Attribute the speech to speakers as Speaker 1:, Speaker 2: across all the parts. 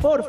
Speaker 1: por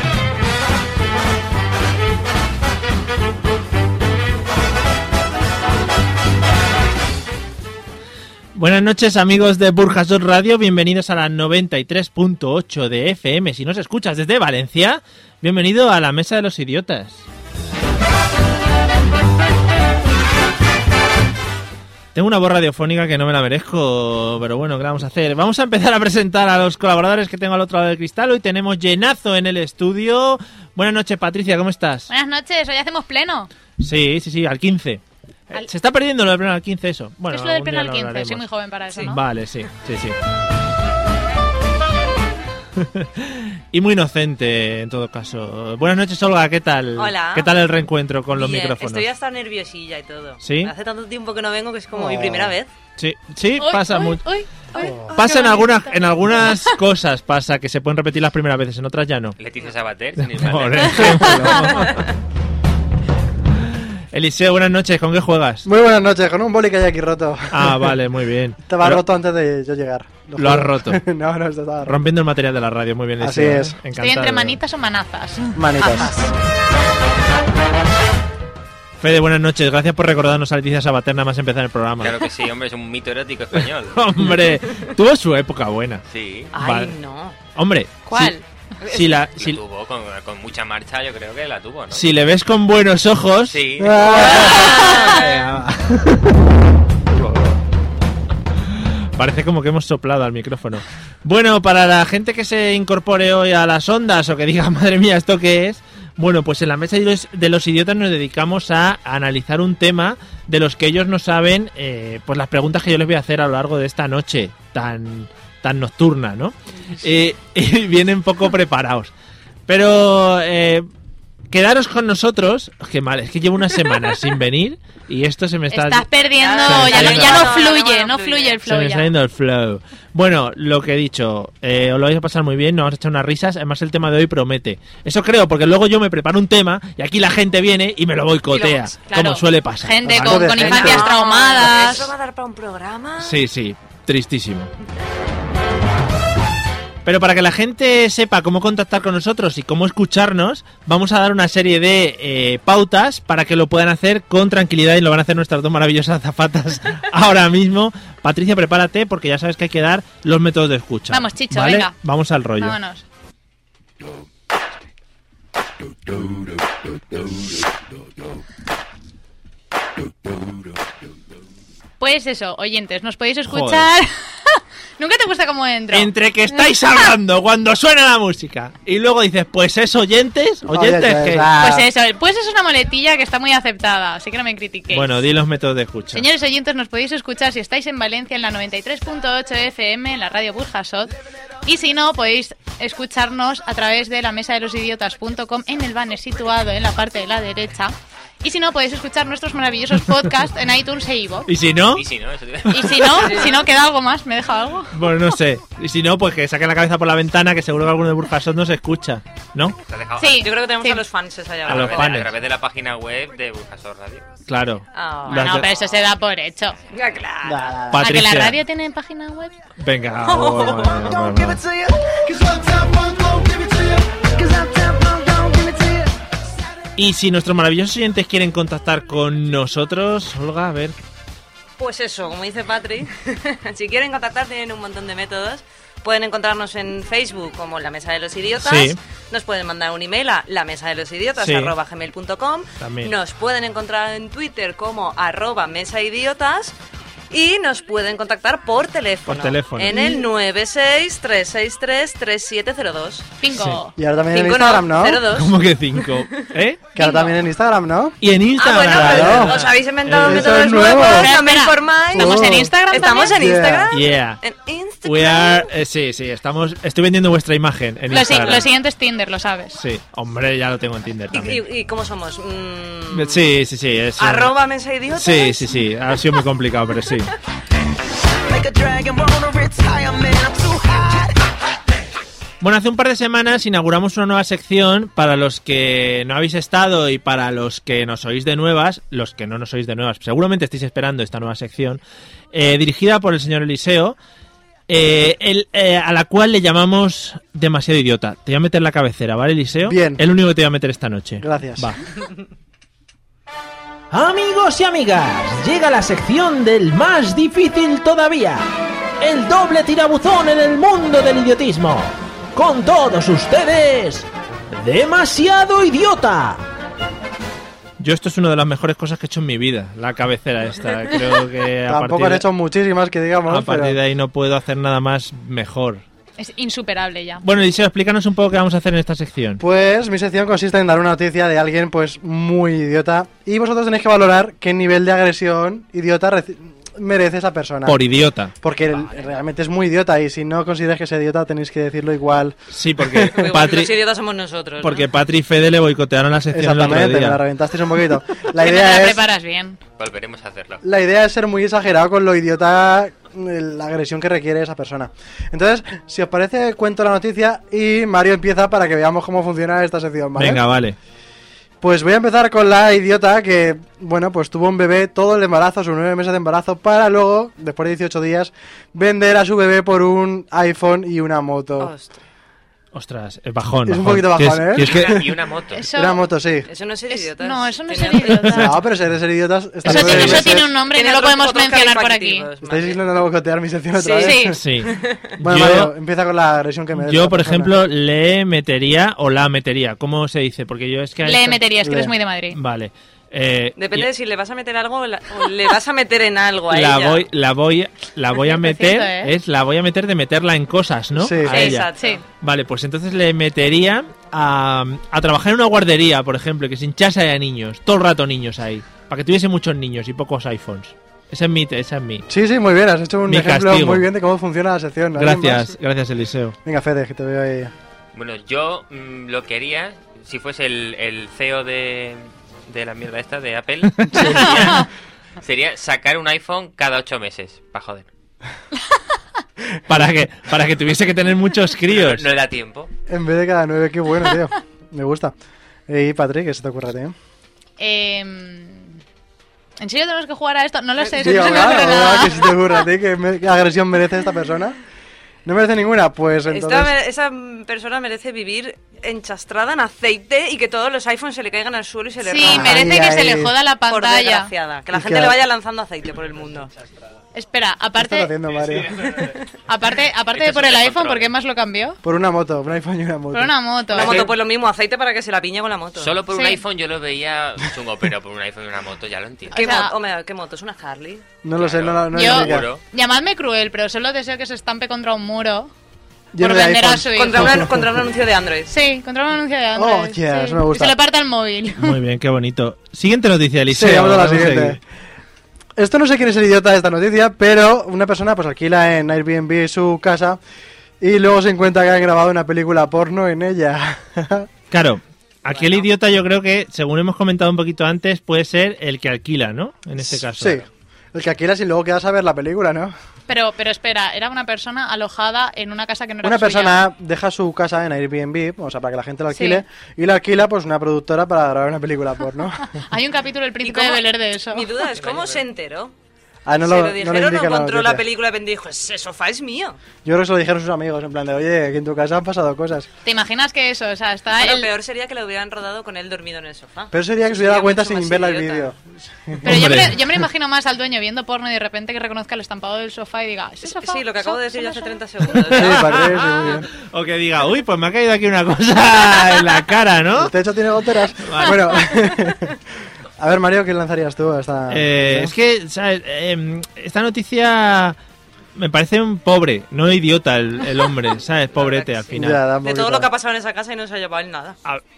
Speaker 2: Buenas noches amigos de Burjasot Radio, bienvenidos a la 93.8 de FM. Si nos escuchas desde Valencia, bienvenido a la Mesa de los Idiotas. Tengo una voz radiofónica que no me la merezco, pero bueno, ¿qué vamos a hacer? Vamos a empezar a presentar a los colaboradores que tengo al otro lado del cristal. Hoy tenemos llenazo en el estudio. Buenas noches, Patricia, ¿cómo estás?
Speaker 3: Buenas noches, hoy hacemos pleno.
Speaker 2: Sí, sí, sí, al 15. Eh,
Speaker 3: Al-
Speaker 2: Se está perdiendo lo del pleno al 15, eso. Bueno,
Speaker 3: ¿Qué es lo del
Speaker 2: algún día
Speaker 3: pleno al
Speaker 2: lo
Speaker 3: 15? Soy
Speaker 2: hablaremos.
Speaker 3: muy joven para eso, ¿no?
Speaker 2: Vale, sí, sí, sí. y muy inocente, en todo caso. Buenas noches, Olga, ¿qué tal?
Speaker 4: Hola.
Speaker 2: ¿Qué tal el reencuentro con los
Speaker 4: Bien,
Speaker 2: micrófonos?
Speaker 4: Estoy hasta nerviosilla y todo.
Speaker 2: ¿Sí? Oh.
Speaker 4: Hace tanto tiempo que no vengo que es como mi primera vez.
Speaker 2: Sí, sí
Speaker 3: Hoy,
Speaker 2: pasa
Speaker 3: hoy,
Speaker 2: mucho.
Speaker 3: hoy, hoy, hoy,
Speaker 2: Pasa
Speaker 3: qué
Speaker 2: en algunas,
Speaker 3: bonito.
Speaker 2: en algunas cosas, pasa que se pueden repetir las primeras veces, en otras ya no.
Speaker 5: Leticia Sabater,
Speaker 2: Por ejemplo. Eliseo, buenas noches, ¿con qué juegas?
Speaker 6: Muy buenas noches, con un boli que hay aquí roto.
Speaker 2: Ah, vale, muy bien.
Speaker 6: Estaba
Speaker 2: Pero-
Speaker 6: roto antes de yo llegar.
Speaker 2: Lo has
Speaker 6: juro.
Speaker 2: roto.
Speaker 6: no, no, esto estaba roto.
Speaker 2: Rompiendo el material de la radio, muy bien.
Speaker 6: Así
Speaker 2: Eliseo.
Speaker 6: es.
Speaker 2: Encantado.
Speaker 3: Estoy entre manitas o manazas.
Speaker 2: Ah,
Speaker 6: Manitas.
Speaker 2: Fede, buenas noches. Gracias por recordarnos a Leticia Sabater nada más empezar el programa.
Speaker 5: Claro que sí, hombre, es un mito erótico español.
Speaker 2: Hombre, tuvo su época buena.
Speaker 5: Sí.
Speaker 4: Ay,
Speaker 2: Vale.
Speaker 4: no.
Speaker 2: Hombre,
Speaker 3: ¿Cuál?
Speaker 2: si, si la,
Speaker 5: La
Speaker 2: si,
Speaker 5: tuvo con, con mucha marcha, yo creo que la tuvo, ¿no?
Speaker 2: si le ves con buenos ojos,
Speaker 5: Sí.
Speaker 6: Ah.
Speaker 2: parece como que hemos soplado al micrófono. Bueno, para la gente que se incorpore hoy a las ondas o que diga, madre mía, ¿esto qué es? Bueno, pues en la mesa de los, de los idiotas nos dedicamos a analizar un tema de los que ellos no saben, eh, pues las preguntas que yo les voy a hacer a lo largo de esta noche tan, tan nocturna, ¿no? Eh, y vienen poco preparados. Pero eh, quedaros con nosotros, que mal, es que llevo una semana sin venir y esto se me está...
Speaker 3: Estás perdiendo,
Speaker 2: Se me
Speaker 3: ya, no,
Speaker 2: está
Speaker 3: ya no
Speaker 4: yendo.
Speaker 3: fluye,
Speaker 4: No,
Speaker 3: no
Speaker 4: no
Speaker 3: fluye el
Speaker 2: Se
Speaker 3: flow
Speaker 2: me
Speaker 3: ya.
Speaker 2: está yendo el flow. Bueno, lo que he dicho, eh, os lo vais a pasar muy bien, nos vamos a echar unas risas. Además, el tema de hoy promete. Eso creo, porque luego yo me preparo un tema y aquí la gente viene y me lo
Speaker 3: Y
Speaker 2: boicotea,
Speaker 3: luego, claro,
Speaker 2: como suele pasar.
Speaker 3: Gente
Speaker 6: Algo
Speaker 3: con,
Speaker 6: de
Speaker 3: con
Speaker 6: gente.
Speaker 3: infancias
Speaker 6: No,
Speaker 4: ¿Eso va
Speaker 3: traumadas.
Speaker 4: a dar para un programa?
Speaker 2: Sí, sí, tristísimo. Pero para que la gente sepa cómo contactar con nosotros y cómo escucharnos, vamos a dar una serie de eh, pautas para que lo puedan hacer con tranquilidad y lo van a hacer nuestras dos maravillosas zapatas ahora mismo. Patricia, prepárate porque ya sabes que hay que dar los métodos de escucha.
Speaker 3: Vamos, Chicho,
Speaker 2: ¿vale?
Speaker 3: venga.
Speaker 2: Vamos al rollo.
Speaker 3: Vámonos. Pues eso, oyentes, nos podéis escuchar. Nunca te gusta cómo entro.
Speaker 2: Entre que estáis hablando cuando suena la música y luego dices, pues es oyentes, oyentes
Speaker 6: Oye,
Speaker 2: que...
Speaker 6: ah,
Speaker 3: Pues eso, pues es una moletilla que está muy aceptada, así que no me critiquéis.
Speaker 2: Bueno, di los métodos de escucha.
Speaker 3: Señores oyentes, nos podéis escuchar si estáis en Valencia en la 93.8 FM, en la radio Burjasot. Y si no, podéis escucharnos a través de la mesa de los idiotas.com en el banner situado en la parte de la derecha. Y si no, podéis escuchar nuestros maravillosos podcasts en iTunes e iVoox.
Speaker 2: Y si no...
Speaker 5: Y si no, eso te-
Speaker 3: Y si no, si no queda algo más, ¿me deja algo?
Speaker 2: Bueno, no sé. Y si no, pues que saquen la cabeza por la ventana, que seguro que alguno de Burjasot nos escucha, ¿no?
Speaker 5: te has dejado-
Speaker 3: Sí.
Speaker 4: Yo creo que tenemos
Speaker 3: Sí.
Speaker 4: a los fans allá
Speaker 2: A
Speaker 5: A
Speaker 2: los
Speaker 5: través-
Speaker 2: fans.
Speaker 5: A través de la página web de Burjasor Radio.
Speaker 2: Claro.
Speaker 4: Ah,
Speaker 2: Las
Speaker 3: No,
Speaker 2: de-
Speaker 3: pero eso se da por hecho.
Speaker 4: Ah, claro.
Speaker 6: da, da, da.
Speaker 3: ¿A que
Speaker 2: Patricia.
Speaker 3: la radio tiene página web?
Speaker 2: Venga. oh, bueno, bueno, bueno. Y si nuestros maravillosos oyentes quieren contactar con nosotros, Olga, a ver.
Speaker 4: Pues eso, como dice Patri, si quieren contactar tienen un montón de métodos. Pueden encontrarnos en Facebook como La Mesa de los Idiotas.
Speaker 2: Sí.
Speaker 4: Nos pueden mandar un email a la mesa de los idiotas
Speaker 2: Sí.
Speaker 4: arroba gmail.com.
Speaker 2: También.
Speaker 4: Nos pueden encontrar en Twitter como arroba mesa idiotas. Y nos pueden contactar por teléfono.
Speaker 2: Por teléfono.
Speaker 4: En el 963633702.
Speaker 3: Cinco.
Speaker 6: Y ahora también en
Speaker 4: Cinco,
Speaker 6: Instagram, ¿no?
Speaker 4: cero, dos.
Speaker 2: ¿Cómo que cinco? ¿Eh?
Speaker 6: Que ahora también en Instagram, ¿no?
Speaker 2: Y en
Speaker 4: Ah,
Speaker 2: Instagram.
Speaker 4: bueno, pero
Speaker 6: Claro.
Speaker 4: os habéis inventado
Speaker 6: Eso es
Speaker 4: métodos
Speaker 6: nuevo.
Speaker 4: nuevos,
Speaker 3: Espera,
Speaker 4: no me
Speaker 3: espera.
Speaker 4: informáis.
Speaker 3: ¿Estamos en Instagram
Speaker 4: Estamos en
Speaker 3: también?
Speaker 6: Yeah.
Speaker 4: Instagram.
Speaker 2: Yeah.
Speaker 4: En Instagram.
Speaker 2: We are. eh, sí, sí, estamos. Estoy vendiendo vuestra imagen en
Speaker 3: Lo, si-
Speaker 2: Instagram.
Speaker 3: lo siguiente es Tinder, lo sabes.
Speaker 2: Sí, hombre, ya lo tengo en Tinder
Speaker 4: ¿Y,
Speaker 2: también.
Speaker 4: y- y cómo somos? Mm,
Speaker 2: Sí, sí, sí. es, eh,
Speaker 4: Arroba mesa idiota.
Speaker 2: Sí, sí, sí. Ha sido muy complicado, pero sí.
Speaker 7: Like a dragon, wanna retire, man. I'm too hot.
Speaker 2: Bueno, hace un par de semanas inauguramos una nueva sección para los que no habéis estado y para los que nos oís de nuevas, los que no nos oís de nuevas, seguramente estáis esperando esta nueva sección, eh, dirigida por el señor Eliseo, eh, el- eh, a la cual le llamamos demasiado idiota. Te voy a meter la cabecera, ¿vale, Eliseo?
Speaker 6: Bien.
Speaker 2: El único que te voy a meter esta noche.
Speaker 6: Gracias.
Speaker 2: Va.
Speaker 1: Amigos y amigas, llega la sección del más difícil todavía. El doble tirabuzón en el mundo del idiotismo. Con todos ustedes, demasiado idiota.
Speaker 2: Yo esto es una de las mejores cosas que he hecho en mi vida, la cabecera esta. Creo que a
Speaker 6: Tampoco
Speaker 2: partir
Speaker 6: han
Speaker 2: de-
Speaker 6: hecho muchísimas que digamos,
Speaker 2: a partir
Speaker 6: pero-
Speaker 2: de ahí no puedo hacer nada más mejor.
Speaker 3: Es insuperable ya.
Speaker 2: Bueno, Eliseo, explícanos un poco qué vamos a hacer en esta sección.
Speaker 6: Pues mi sección consiste en dar una noticia de alguien pues muy idiota y vosotros tenéis que valorar qué nivel de agresión idiota reci- merece esa persona.
Speaker 2: Por idiota.
Speaker 6: porque el- realmente es muy idiota y si no consideráis que sea idiota tenéis que decirlo igual.
Speaker 2: Sí, porque
Speaker 4: Igual que
Speaker 2: Patri,
Speaker 4: Los idiotas somos nosotros. ¿no?
Speaker 2: porque Patri y Fede le boicotearon la sección el otro
Speaker 6: Exactamente, me la
Speaker 2: día.
Speaker 6: reventasteis un poquito. La
Speaker 3: Que no te la
Speaker 6: idea es
Speaker 3: preparas bien.
Speaker 5: Volveremos a hacerlo.
Speaker 6: la idea es ser muy exagerado con lo idiota eh, la agresión que requiere esa persona. Entonces, si os parece, cuento la noticia y Mario empieza para que veamos cómo funciona esta sección, ¿vale?
Speaker 2: Venga, vale.
Speaker 6: Pues voy a empezar con la idiota que, bueno, pues tuvo un bebé todo el embarazo, sus nueve meses de embarazo, para luego, después de 18 días, vender a su bebé por un iPhone y una
Speaker 3: Oh,
Speaker 6: moto.
Speaker 4: Hostia,
Speaker 2: Ostras, es bajón.
Speaker 6: Es un poquito bajón, ¿eh?
Speaker 2: ¿Quieres-
Speaker 5: Y
Speaker 2: quieres
Speaker 5: una,
Speaker 2: que-
Speaker 5: y una moto.
Speaker 3: Eso,
Speaker 6: Una moto, sí.
Speaker 4: Eso no es ser
Speaker 3: es-
Speaker 4: idiota.
Speaker 3: no, eso no es
Speaker 4: Tiene
Speaker 3: ser
Speaker 4: otro-
Speaker 3: idiota.
Speaker 6: No, pero ser de ser idiotas...
Speaker 3: Eso
Speaker 6: estar
Speaker 3: tiene,
Speaker 6: nueve
Speaker 3: eso
Speaker 6: meses-
Speaker 3: tiene un nombre y
Speaker 4: tiene
Speaker 3: no lo
Speaker 4: otros-
Speaker 3: podemos
Speaker 4: otros
Speaker 3: mencionar por aquí.
Speaker 4: calificativos,
Speaker 6: ¿Estáis
Speaker 4: madre.
Speaker 6: intentando boicotear mi sección otra
Speaker 4: Sí.
Speaker 6: vez?
Speaker 3: Sí.
Speaker 2: Sí.
Speaker 6: Bueno,
Speaker 2: Yo-
Speaker 6: Mario, empieza con la agresión que merece.
Speaker 2: Yo,
Speaker 6: la
Speaker 2: por
Speaker 6: persona.
Speaker 2: ejemplo, le metería o la metería. ¿Cómo se dice? Porque yo es que...
Speaker 3: Le meterías, que
Speaker 6: Le.
Speaker 3: eres muy de Madrid.
Speaker 2: Vale. Eh, y-
Speaker 4: Depende de si le vas a meter algo o, la- o le vas a meter en algo a
Speaker 2: la
Speaker 4: ella.
Speaker 2: voy, la voy, la voy a meter,
Speaker 3: Cierto, ¿eh?
Speaker 2: es la voy a meter de meterla en cosas, ¿no?
Speaker 6: Sí.
Speaker 2: A
Speaker 6: Sí,
Speaker 2: ella.
Speaker 4: Exacto.
Speaker 3: Sí.
Speaker 2: Vale, pues entonces le metería a, a trabajar en una guardería, por ejemplo, que se hinchase a niños, todo el rato niños ahí, para que tuviese muchos niños y pocos iPhones. Esa es mi, esa es mi.
Speaker 6: Sí, sí, muy bien, has hecho un
Speaker 2: Mi
Speaker 6: ejemplo
Speaker 2: castigo.
Speaker 6: muy bien de cómo funciona la sección. ¿Alguien
Speaker 2: Gracias,
Speaker 6: más?
Speaker 2: gracias Eliseo.
Speaker 6: Venga, Fede, que te veo ahí.
Speaker 5: Bueno, yo mm, lo quería, si fuese el, el CEO de, de la mierda esta, de Apple, sería, sería sacar un iPhone cada ocho meses, para joder.
Speaker 2: Para que, para que tuviese que tener muchos críos.
Speaker 5: No le da tiempo.
Speaker 6: En vez de cada nueve, qué bueno, tío. Me gusta. Y Patrick, ¿qué se te ocurre a ti?
Speaker 3: Eh, ¿En serio tenemos que jugar a esto? No lo sé.
Speaker 6: Sí,
Speaker 3: no se me
Speaker 6: ahora,
Speaker 3: ocurre
Speaker 6: ahora
Speaker 3: nada.
Speaker 6: que se te ocurre a ti, ¿qué, me- qué agresión merece esta persona? No merece ninguna, pues entonces...
Speaker 4: Esta me- esa persona merece vivir enchastrada en aceite y que todos los iPhones se le caigan al suelo y se le
Speaker 3: Sí,
Speaker 4: rompan.
Speaker 3: merece
Speaker 6: Ay,
Speaker 3: que
Speaker 6: ay.
Speaker 3: se le joda la
Speaker 4: Por
Speaker 3: pantalla.
Speaker 4: desgraciada. Que la
Speaker 6: Y
Speaker 4: gente
Speaker 6: que-
Speaker 4: le vaya lanzando aceite por el mundo.
Speaker 3: Espera,
Speaker 6: ¿Qué estás
Speaker 3: aparte,
Speaker 6: haciendo, Mario?
Speaker 3: aparte, aparte de
Speaker 5: Esto
Speaker 3: por
Speaker 5: es
Speaker 3: el
Speaker 5: un
Speaker 3: iPhone,
Speaker 5: descontrol.
Speaker 3: ¿por qué más lo cambió?
Speaker 6: Por una moto, un iPhone y una moto.
Speaker 3: Por una moto.
Speaker 4: La
Speaker 5: Sí.
Speaker 4: moto, pues lo mismo, aceite para que se la piñe con la moto.
Speaker 5: Solo por un
Speaker 3: Sí.
Speaker 5: iPhone yo lo veía chungo, pero por un iPhone y una moto ya lo entiendo.
Speaker 4: ¿Qué,
Speaker 3: O sea-
Speaker 4: moto? Hombre, ¿qué moto? ¿Es una Harley?
Speaker 6: No lo sé, no, la- no
Speaker 3: Yo-
Speaker 6: lo
Speaker 5: Seguro.
Speaker 3: Llamadme cruel, pero solo deseo que se estampe contra un muro
Speaker 6: Yo
Speaker 3: por
Speaker 6: no de
Speaker 3: vender a
Speaker 6: iPhone.
Speaker 3: su hijo.
Speaker 4: Contra, una- contra un anuncio de Android.
Speaker 3: Sí, contra un anuncio de Android.
Speaker 6: Oh, yeah,
Speaker 3: sí.
Speaker 6: eso me gusta.
Speaker 3: Que se le parta el móvil.
Speaker 2: Muy bien, qué bonito. Siguiente noticia,
Speaker 6: Sí,
Speaker 2: Eliseo.
Speaker 6: vamos a la
Speaker 2: vamos a
Speaker 6: siguiente.
Speaker 2: seguir.
Speaker 6: Esto no sé quién es el idiota de esta noticia, pero una persona pues alquila en Airbnb su casa y luego se encuentra que han grabado una película porno en ella.
Speaker 2: Claro, aquí el idiota yo creo que, según hemos comentado un poquito antes, puede ser el que alquila, ¿no? En este caso.
Speaker 6: Sí. El que alquilas y luego quedas a ver la película, ¿no?
Speaker 3: Pero, pero espera, era una persona alojada en una casa que no era
Speaker 6: Una
Speaker 3: suya.
Speaker 6: persona deja su casa en Airbnb, o sea, para que la gente la
Speaker 3: Sí.
Speaker 6: alquile, y la alquila pues una productora para grabar una película porno.
Speaker 3: Hay un capítulo del príncipe
Speaker 4: cómo-
Speaker 3: de Bel Air de eso.
Speaker 4: Mi duda es, ¿cómo se enteró?
Speaker 6: Ah, no
Speaker 4: se
Speaker 6: lo,
Speaker 4: lo
Speaker 6: no lo
Speaker 4: dijeron,
Speaker 6: indica
Speaker 4: no
Speaker 6: la
Speaker 4: encontró la
Speaker 6: noticia.
Speaker 4: película y dijo, ese sofá es mío.
Speaker 6: Yo creo que se lo dijeron sus amigos, en plan de, oye, aquí en tu casa han pasado cosas.
Speaker 3: ¿Te imaginas que eso? O sea, está
Speaker 4: Lo
Speaker 3: Ah, el-
Speaker 4: peor sería que lo hubieran rodado con él dormido en el sofá.
Speaker 6: Pero sería que se hubiera dado cuenta sin ver el vídeo.
Speaker 3: Pero yo
Speaker 2: Hombre.
Speaker 3: me, yo me lo imagino más al dueño viendo porno y de repente que reconozca el estampado del sofá y diga, ¿es el sofá?
Speaker 4: Sí, lo que acabo de
Speaker 3: ¿Son-
Speaker 4: decir yo hace
Speaker 3: son
Speaker 4: 30
Speaker 3: esos?
Speaker 4: segundos. Ah,
Speaker 6: Sí, parece, sí, muy bien.
Speaker 2: O que diga, uy, pues me ha caído aquí una cosa en la cara, ¿no?
Speaker 6: El techo tiene goteras. Bueno, A ver, Mario, ¿qué lanzarías tú? Esta...
Speaker 2: Eh,
Speaker 6: ¿no?
Speaker 2: es que, ¿sabes? Eh, esta noticia me parece un pobre, no idiota el, el hombre, ¿sabes? Pobrete al final.
Speaker 6: Ya, da un
Speaker 4: De todo
Speaker 6: poquito-
Speaker 4: lo que ha pasado en esa casa y no se ha llevado él nada.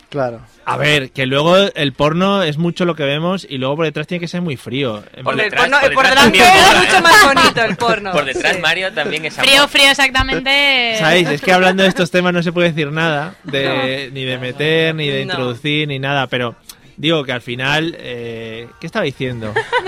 Speaker 6: Claro.
Speaker 2: A ver, que luego el porno es mucho lo que vemos y luego por detrás tiene que ser muy frío. En
Speaker 5: Por
Speaker 2: plan-
Speaker 4: Porque el
Speaker 5: detrás-
Speaker 4: porno-
Speaker 5: por
Speaker 4: eh, por
Speaker 5: detrás
Speaker 4: delante
Speaker 5: también
Speaker 4: es
Speaker 5: mola,
Speaker 4: mucho
Speaker 5: ¿eh?
Speaker 4: más bonito el porno.
Speaker 5: Por detrás,
Speaker 4: Sí.
Speaker 5: Mario, también es amor.
Speaker 3: Frío, frío, exactamente.
Speaker 2: ¿Sabéis? Es que hablando de estos temas no se puede decir nada, de, ni de meter, ni de
Speaker 4: No.
Speaker 2: introducir, ni nada, pero digo que al final... eh, ¿Qué estaba diciendo?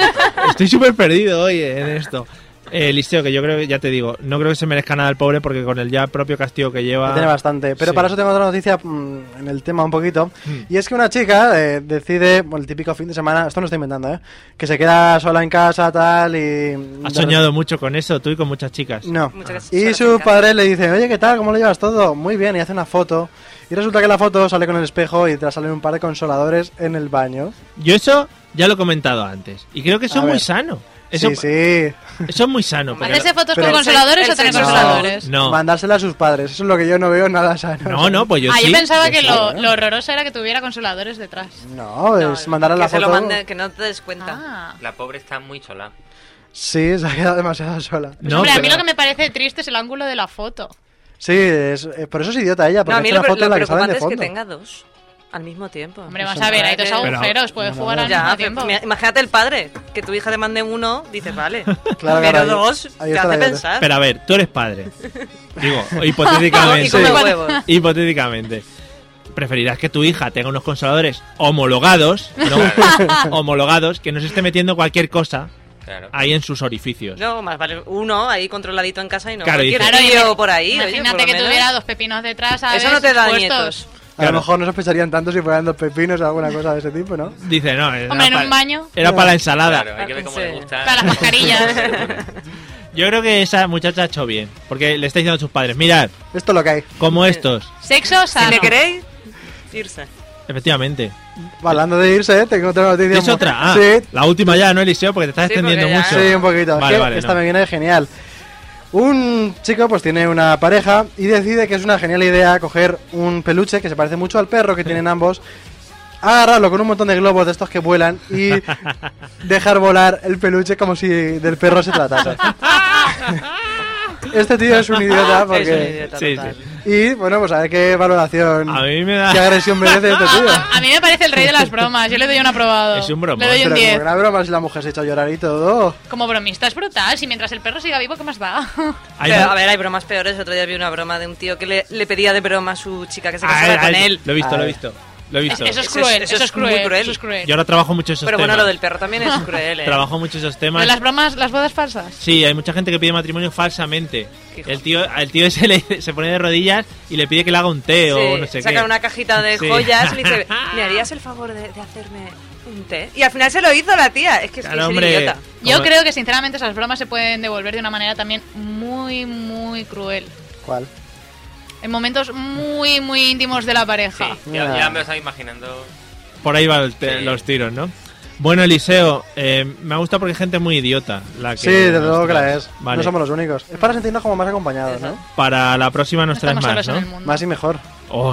Speaker 2: Estoy súper perdido hoy en esto. Eh, Liceo, que yo creo que, ya te digo, no creo que se merezca nada el pobre porque con el ya propio castigo que lleva...
Speaker 6: Que Tiene bastante.
Speaker 2: Sí.
Speaker 6: Pero
Speaker 2: Mm.
Speaker 6: para eso tengo otra noticia mm, en el tema un poquito. Y es que una chica eh, decide, bueno, el típico fin de semana, esto no estoy inventando, ¿eh? Que se queda sola en casa, tal, y...
Speaker 2: Has soñado mucho con eso, tú y con muchas chicas.
Speaker 6: No.
Speaker 4: Muchas gracias.
Speaker 6: Y su padre le dice, oye, ¿qué tal? ¿Cómo lo llevas todo? Muy bien, y hace una foto. Y resulta que la foto sale con el espejo y detrás salen un par de consoladores en el baño.
Speaker 2: Yo eso ya lo he comentado antes. Y creo que eso
Speaker 6: A
Speaker 2: es muy
Speaker 6: ver.
Speaker 2: sano. Eso,
Speaker 6: Sí, sí.
Speaker 2: Eso es muy sano. porque-
Speaker 3: ¿Hacerse fotos
Speaker 6: pero-
Speaker 3: con consoladores
Speaker 4: El
Speaker 3: o tener
Speaker 4: sexo.
Speaker 3: consoladores?
Speaker 2: No,
Speaker 6: Mandársela a sus padres. Eso es lo que yo no veo nada sano.
Speaker 2: no, no, pues yo
Speaker 3: ah,
Speaker 2: sí.
Speaker 3: yo pensaba que lo,
Speaker 6: claro, ¿eh?
Speaker 3: lo horroroso era que tuviera consoladores detrás.
Speaker 6: No,
Speaker 4: No,
Speaker 6: es Pues, mandar a
Speaker 4: que
Speaker 6: la
Speaker 4: se
Speaker 6: foto.
Speaker 4: lo mande, que no te des cuenta.
Speaker 3: Ah.
Speaker 5: La pobre está muy sola.
Speaker 6: Sí, se ha quedado demasiado sola.
Speaker 3: Pues
Speaker 2: No,
Speaker 3: hombre, a
Speaker 2: pero-
Speaker 3: mí lo que me parece triste es el ángulo de la foto.
Speaker 6: Sí, es, eh, por eso es idiota ella,
Speaker 4: No,
Speaker 6: porque
Speaker 4: a mí
Speaker 6: es
Speaker 4: lo,
Speaker 6: una
Speaker 4: pre-
Speaker 6: foto en
Speaker 4: lo
Speaker 6: la que salen
Speaker 4: preocupante
Speaker 6: de
Speaker 4: es que
Speaker 6: fondo.
Speaker 4: tenga dos al mismo tiempo.
Speaker 3: Hombre,
Speaker 2: Pues
Speaker 3: vas a ver, hay dos
Speaker 4: Pero-
Speaker 3: agujeros, puedes jugar al
Speaker 4: Ya,
Speaker 3: mismo
Speaker 4: pero
Speaker 3: tiempo.
Speaker 4: mira, imagínate el padre, que tu hija te mande uno, dices, vale.
Speaker 6: Claro,
Speaker 4: pero
Speaker 6: claro, ahí-
Speaker 4: dos,
Speaker 6: ahí
Speaker 4: te hace
Speaker 6: está la idiota.
Speaker 4: pensar.
Speaker 2: Pero a ver, tú eres padre. Digo,
Speaker 4: y come
Speaker 2: hipotéticamente.
Speaker 4: huevos.
Speaker 2: hipotéticamente. Preferirás que tu hija tenga unos consoladores homologados, ¿no? homologados, que no se esté metiendo cualquier cosa
Speaker 5: Claro.
Speaker 2: ahí en sus orificios.
Speaker 4: No, más vale uno ahí controladito en casa y no
Speaker 2: Claro,
Speaker 4: cualquier
Speaker 2: dices-
Speaker 4: tío
Speaker 3: imagínate-
Speaker 4: por ahí. oye,
Speaker 3: Imagínate
Speaker 4: por lo
Speaker 3: que
Speaker 4: menos.
Speaker 3: tuviera dos pepinos detrás, ¿sabes?
Speaker 4: Eso no te da
Speaker 3: Puestos.
Speaker 4: nietos.
Speaker 6: A
Speaker 2: Claro.
Speaker 6: lo mejor no sospecharían tanto si fueran dos pepinos o alguna cosa de ese tipo, ¿no?
Speaker 2: Dice, no, era,
Speaker 3: Hombre, en
Speaker 2: pa-
Speaker 3: un baño.
Speaker 2: era para la ensalada.
Speaker 5: Claro, hay que ver cómo
Speaker 4: Sí.
Speaker 5: le gusta.
Speaker 3: Para las mascarillas.
Speaker 2: Yo creo que esa muchacha ha hecho bien, porque le está diciendo a sus padres, mirad,
Speaker 6: Esto es lo que hay.
Speaker 2: como estos.
Speaker 3: Sexo
Speaker 4: Si
Speaker 3: sano.
Speaker 4: me queréis, irse.
Speaker 2: Efectivamente.
Speaker 6: Hablando de irse, ¿eh? tengo otra noticia.
Speaker 2: Es
Speaker 6: muy-
Speaker 2: otra. Ah,
Speaker 6: Sí,
Speaker 2: La última ya, ¿no, Eliseo? Porque te estás
Speaker 4: Sí,
Speaker 2: extendiendo
Speaker 4: porque
Speaker 2: mucho.
Speaker 4: ya-
Speaker 6: sí, un poquito.
Speaker 2: Ah. Vale,
Speaker 6: Que
Speaker 2: vale,
Speaker 6: Esta
Speaker 2: no.
Speaker 6: me viene genial. Un chico pues tiene una pareja y decide que es una genial idea coger un peluche que se parece mucho al perro que tienen ambos, agarrarlo con un montón de globos de estos que vuelan y dejar volar el peluche como si del perro se tratase. Este tío es un idiota porque...
Speaker 4: Es un idiota
Speaker 2: Sí,
Speaker 4: total.
Speaker 2: sí.
Speaker 6: Y bueno, pues a ver qué valoración,
Speaker 2: A mí me
Speaker 6: qué
Speaker 2: da...
Speaker 6: agresión merece este tío.
Speaker 3: Ah, A mí me parece el rey de las bromas. Yo le doy un aprobado.
Speaker 2: Es un bromón.
Speaker 3: Le doy
Speaker 6: Pero
Speaker 3: un
Speaker 6: como
Speaker 3: 10.
Speaker 6: una broma si la mujer se ha hecho llorar y todo.
Speaker 3: Como bromista es brutal. Si mientras el perro siga vivo, ¿qué más va?
Speaker 2: Hay
Speaker 4: Pero,
Speaker 2: mu-
Speaker 4: a ver, hay bromas peores. Otro día vi una broma de un tío que le, le pedía de broma a su chica que se
Speaker 2: Ah,
Speaker 4: casara
Speaker 2: eh,
Speaker 4: con
Speaker 2: eh,
Speaker 4: él.
Speaker 2: Lo he visto,
Speaker 6: Ah,
Speaker 2: lo he visto. Lo he visto.
Speaker 3: Eso es
Speaker 4: Eso es-
Speaker 3: cruel. Eso
Speaker 4: eso es
Speaker 3: es cruel.
Speaker 4: muy cruel.
Speaker 3: Eso es cruel.
Speaker 2: Yo ahora trabajo mucho esos
Speaker 4: Pero
Speaker 2: temas.
Speaker 4: bueno, lo del perro también es cruel, ¿eh?
Speaker 2: Trabajo mucho esos
Speaker 3: Lo de
Speaker 2: temas.
Speaker 3: las bromas, las bodas falsas.
Speaker 2: Sí, hay mucha gente que pide matrimonio falsamente. El tío, el tío se, le- se pone de rodillas y le pide que le haga un té o
Speaker 4: Sí,
Speaker 2: no sé
Speaker 4: sacan
Speaker 2: qué.
Speaker 4: una cajita de
Speaker 2: Sí.
Speaker 4: joyas y le dice, ¿me harías el favor de, de hacerme un té? Y al final se lo hizo la tía. Es que es que
Speaker 2: Claro,
Speaker 4: es un
Speaker 2: hombre.
Speaker 4: idiota.
Speaker 3: Yo
Speaker 2: Como-
Speaker 3: creo que sinceramente esas bromas se pueden devolver de una manera también muy, muy cruel.
Speaker 6: ¿Cuál?
Speaker 3: En momentos muy, muy íntimos de la pareja.
Speaker 5: Sí, ya, ya me lo estaba imaginando.
Speaker 2: Por ahí van
Speaker 5: Sí.
Speaker 2: los tiros, ¿no? Bueno, Eliseo, eh, me ha gustado porque hay gente muy idiota. La que
Speaker 6: Sí, desde luego que
Speaker 2: ostras,
Speaker 6: la es.
Speaker 2: Vale.
Speaker 6: No somos los únicos. Es para sentirnos como más acompañados, ¿no?
Speaker 2: Para la próxima
Speaker 3: No
Speaker 2: nos traes
Speaker 3: estamos
Speaker 2: más,
Speaker 3: solos
Speaker 2: ¿no?
Speaker 3: en el mundo.
Speaker 6: Más y mejor.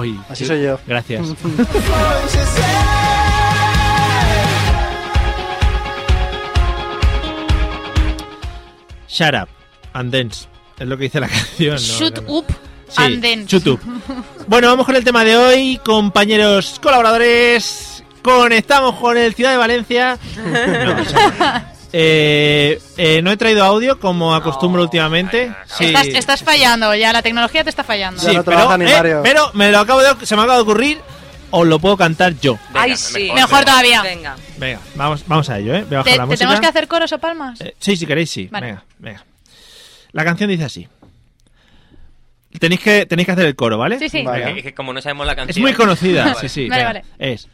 Speaker 2: Ay,
Speaker 6: Así soy yo.
Speaker 2: Gracias. Shut up and dance. Es lo que dice la canción. ¿no?
Speaker 3: Shoot
Speaker 2: Claro.
Speaker 3: up
Speaker 2: Sí,
Speaker 3: and then.
Speaker 2: shoot up. Bueno, vamos con el tema de hoy, compañeros colaboradores. Conectamos con el Ciudad de Valencia. No, o sea, eh, eh, no he traído audio como acostumbro
Speaker 5: No,
Speaker 2: últimamente.
Speaker 5: vaya,
Speaker 2: Sí.
Speaker 3: Estás, estás fallando ya, la tecnología te está fallando.
Speaker 2: Sí, pero,
Speaker 6: no trabaja ni
Speaker 2: eh,
Speaker 6: Mario.
Speaker 2: pero me lo acabo de, se me acaba de ocurrir, os lo puedo cantar yo.
Speaker 5: Venga,
Speaker 4: Ay, sí.
Speaker 3: Mejor todavía.
Speaker 4: Venga.
Speaker 2: Venga, vamos, vamos a ello, ¿eh? Voy a bajar
Speaker 3: ¿Te,
Speaker 2: la
Speaker 3: te
Speaker 2: música.
Speaker 3: tenemos que hacer coros o palmas?
Speaker 2: Eh, sí, si queréis, sí.
Speaker 3: Vale.
Speaker 2: Venga, venga. La canción dice así. Tenéis que, tenéis que hacer el coro, ¿vale?
Speaker 3: sí, sí.
Speaker 6: Vale.
Speaker 5: Es que como no sabemos la canción.
Speaker 2: Es muy conocida, sí,
Speaker 5: Vale.
Speaker 2: sí.
Speaker 3: Vale,
Speaker 2: venga.
Speaker 3: vale.
Speaker 2: Es.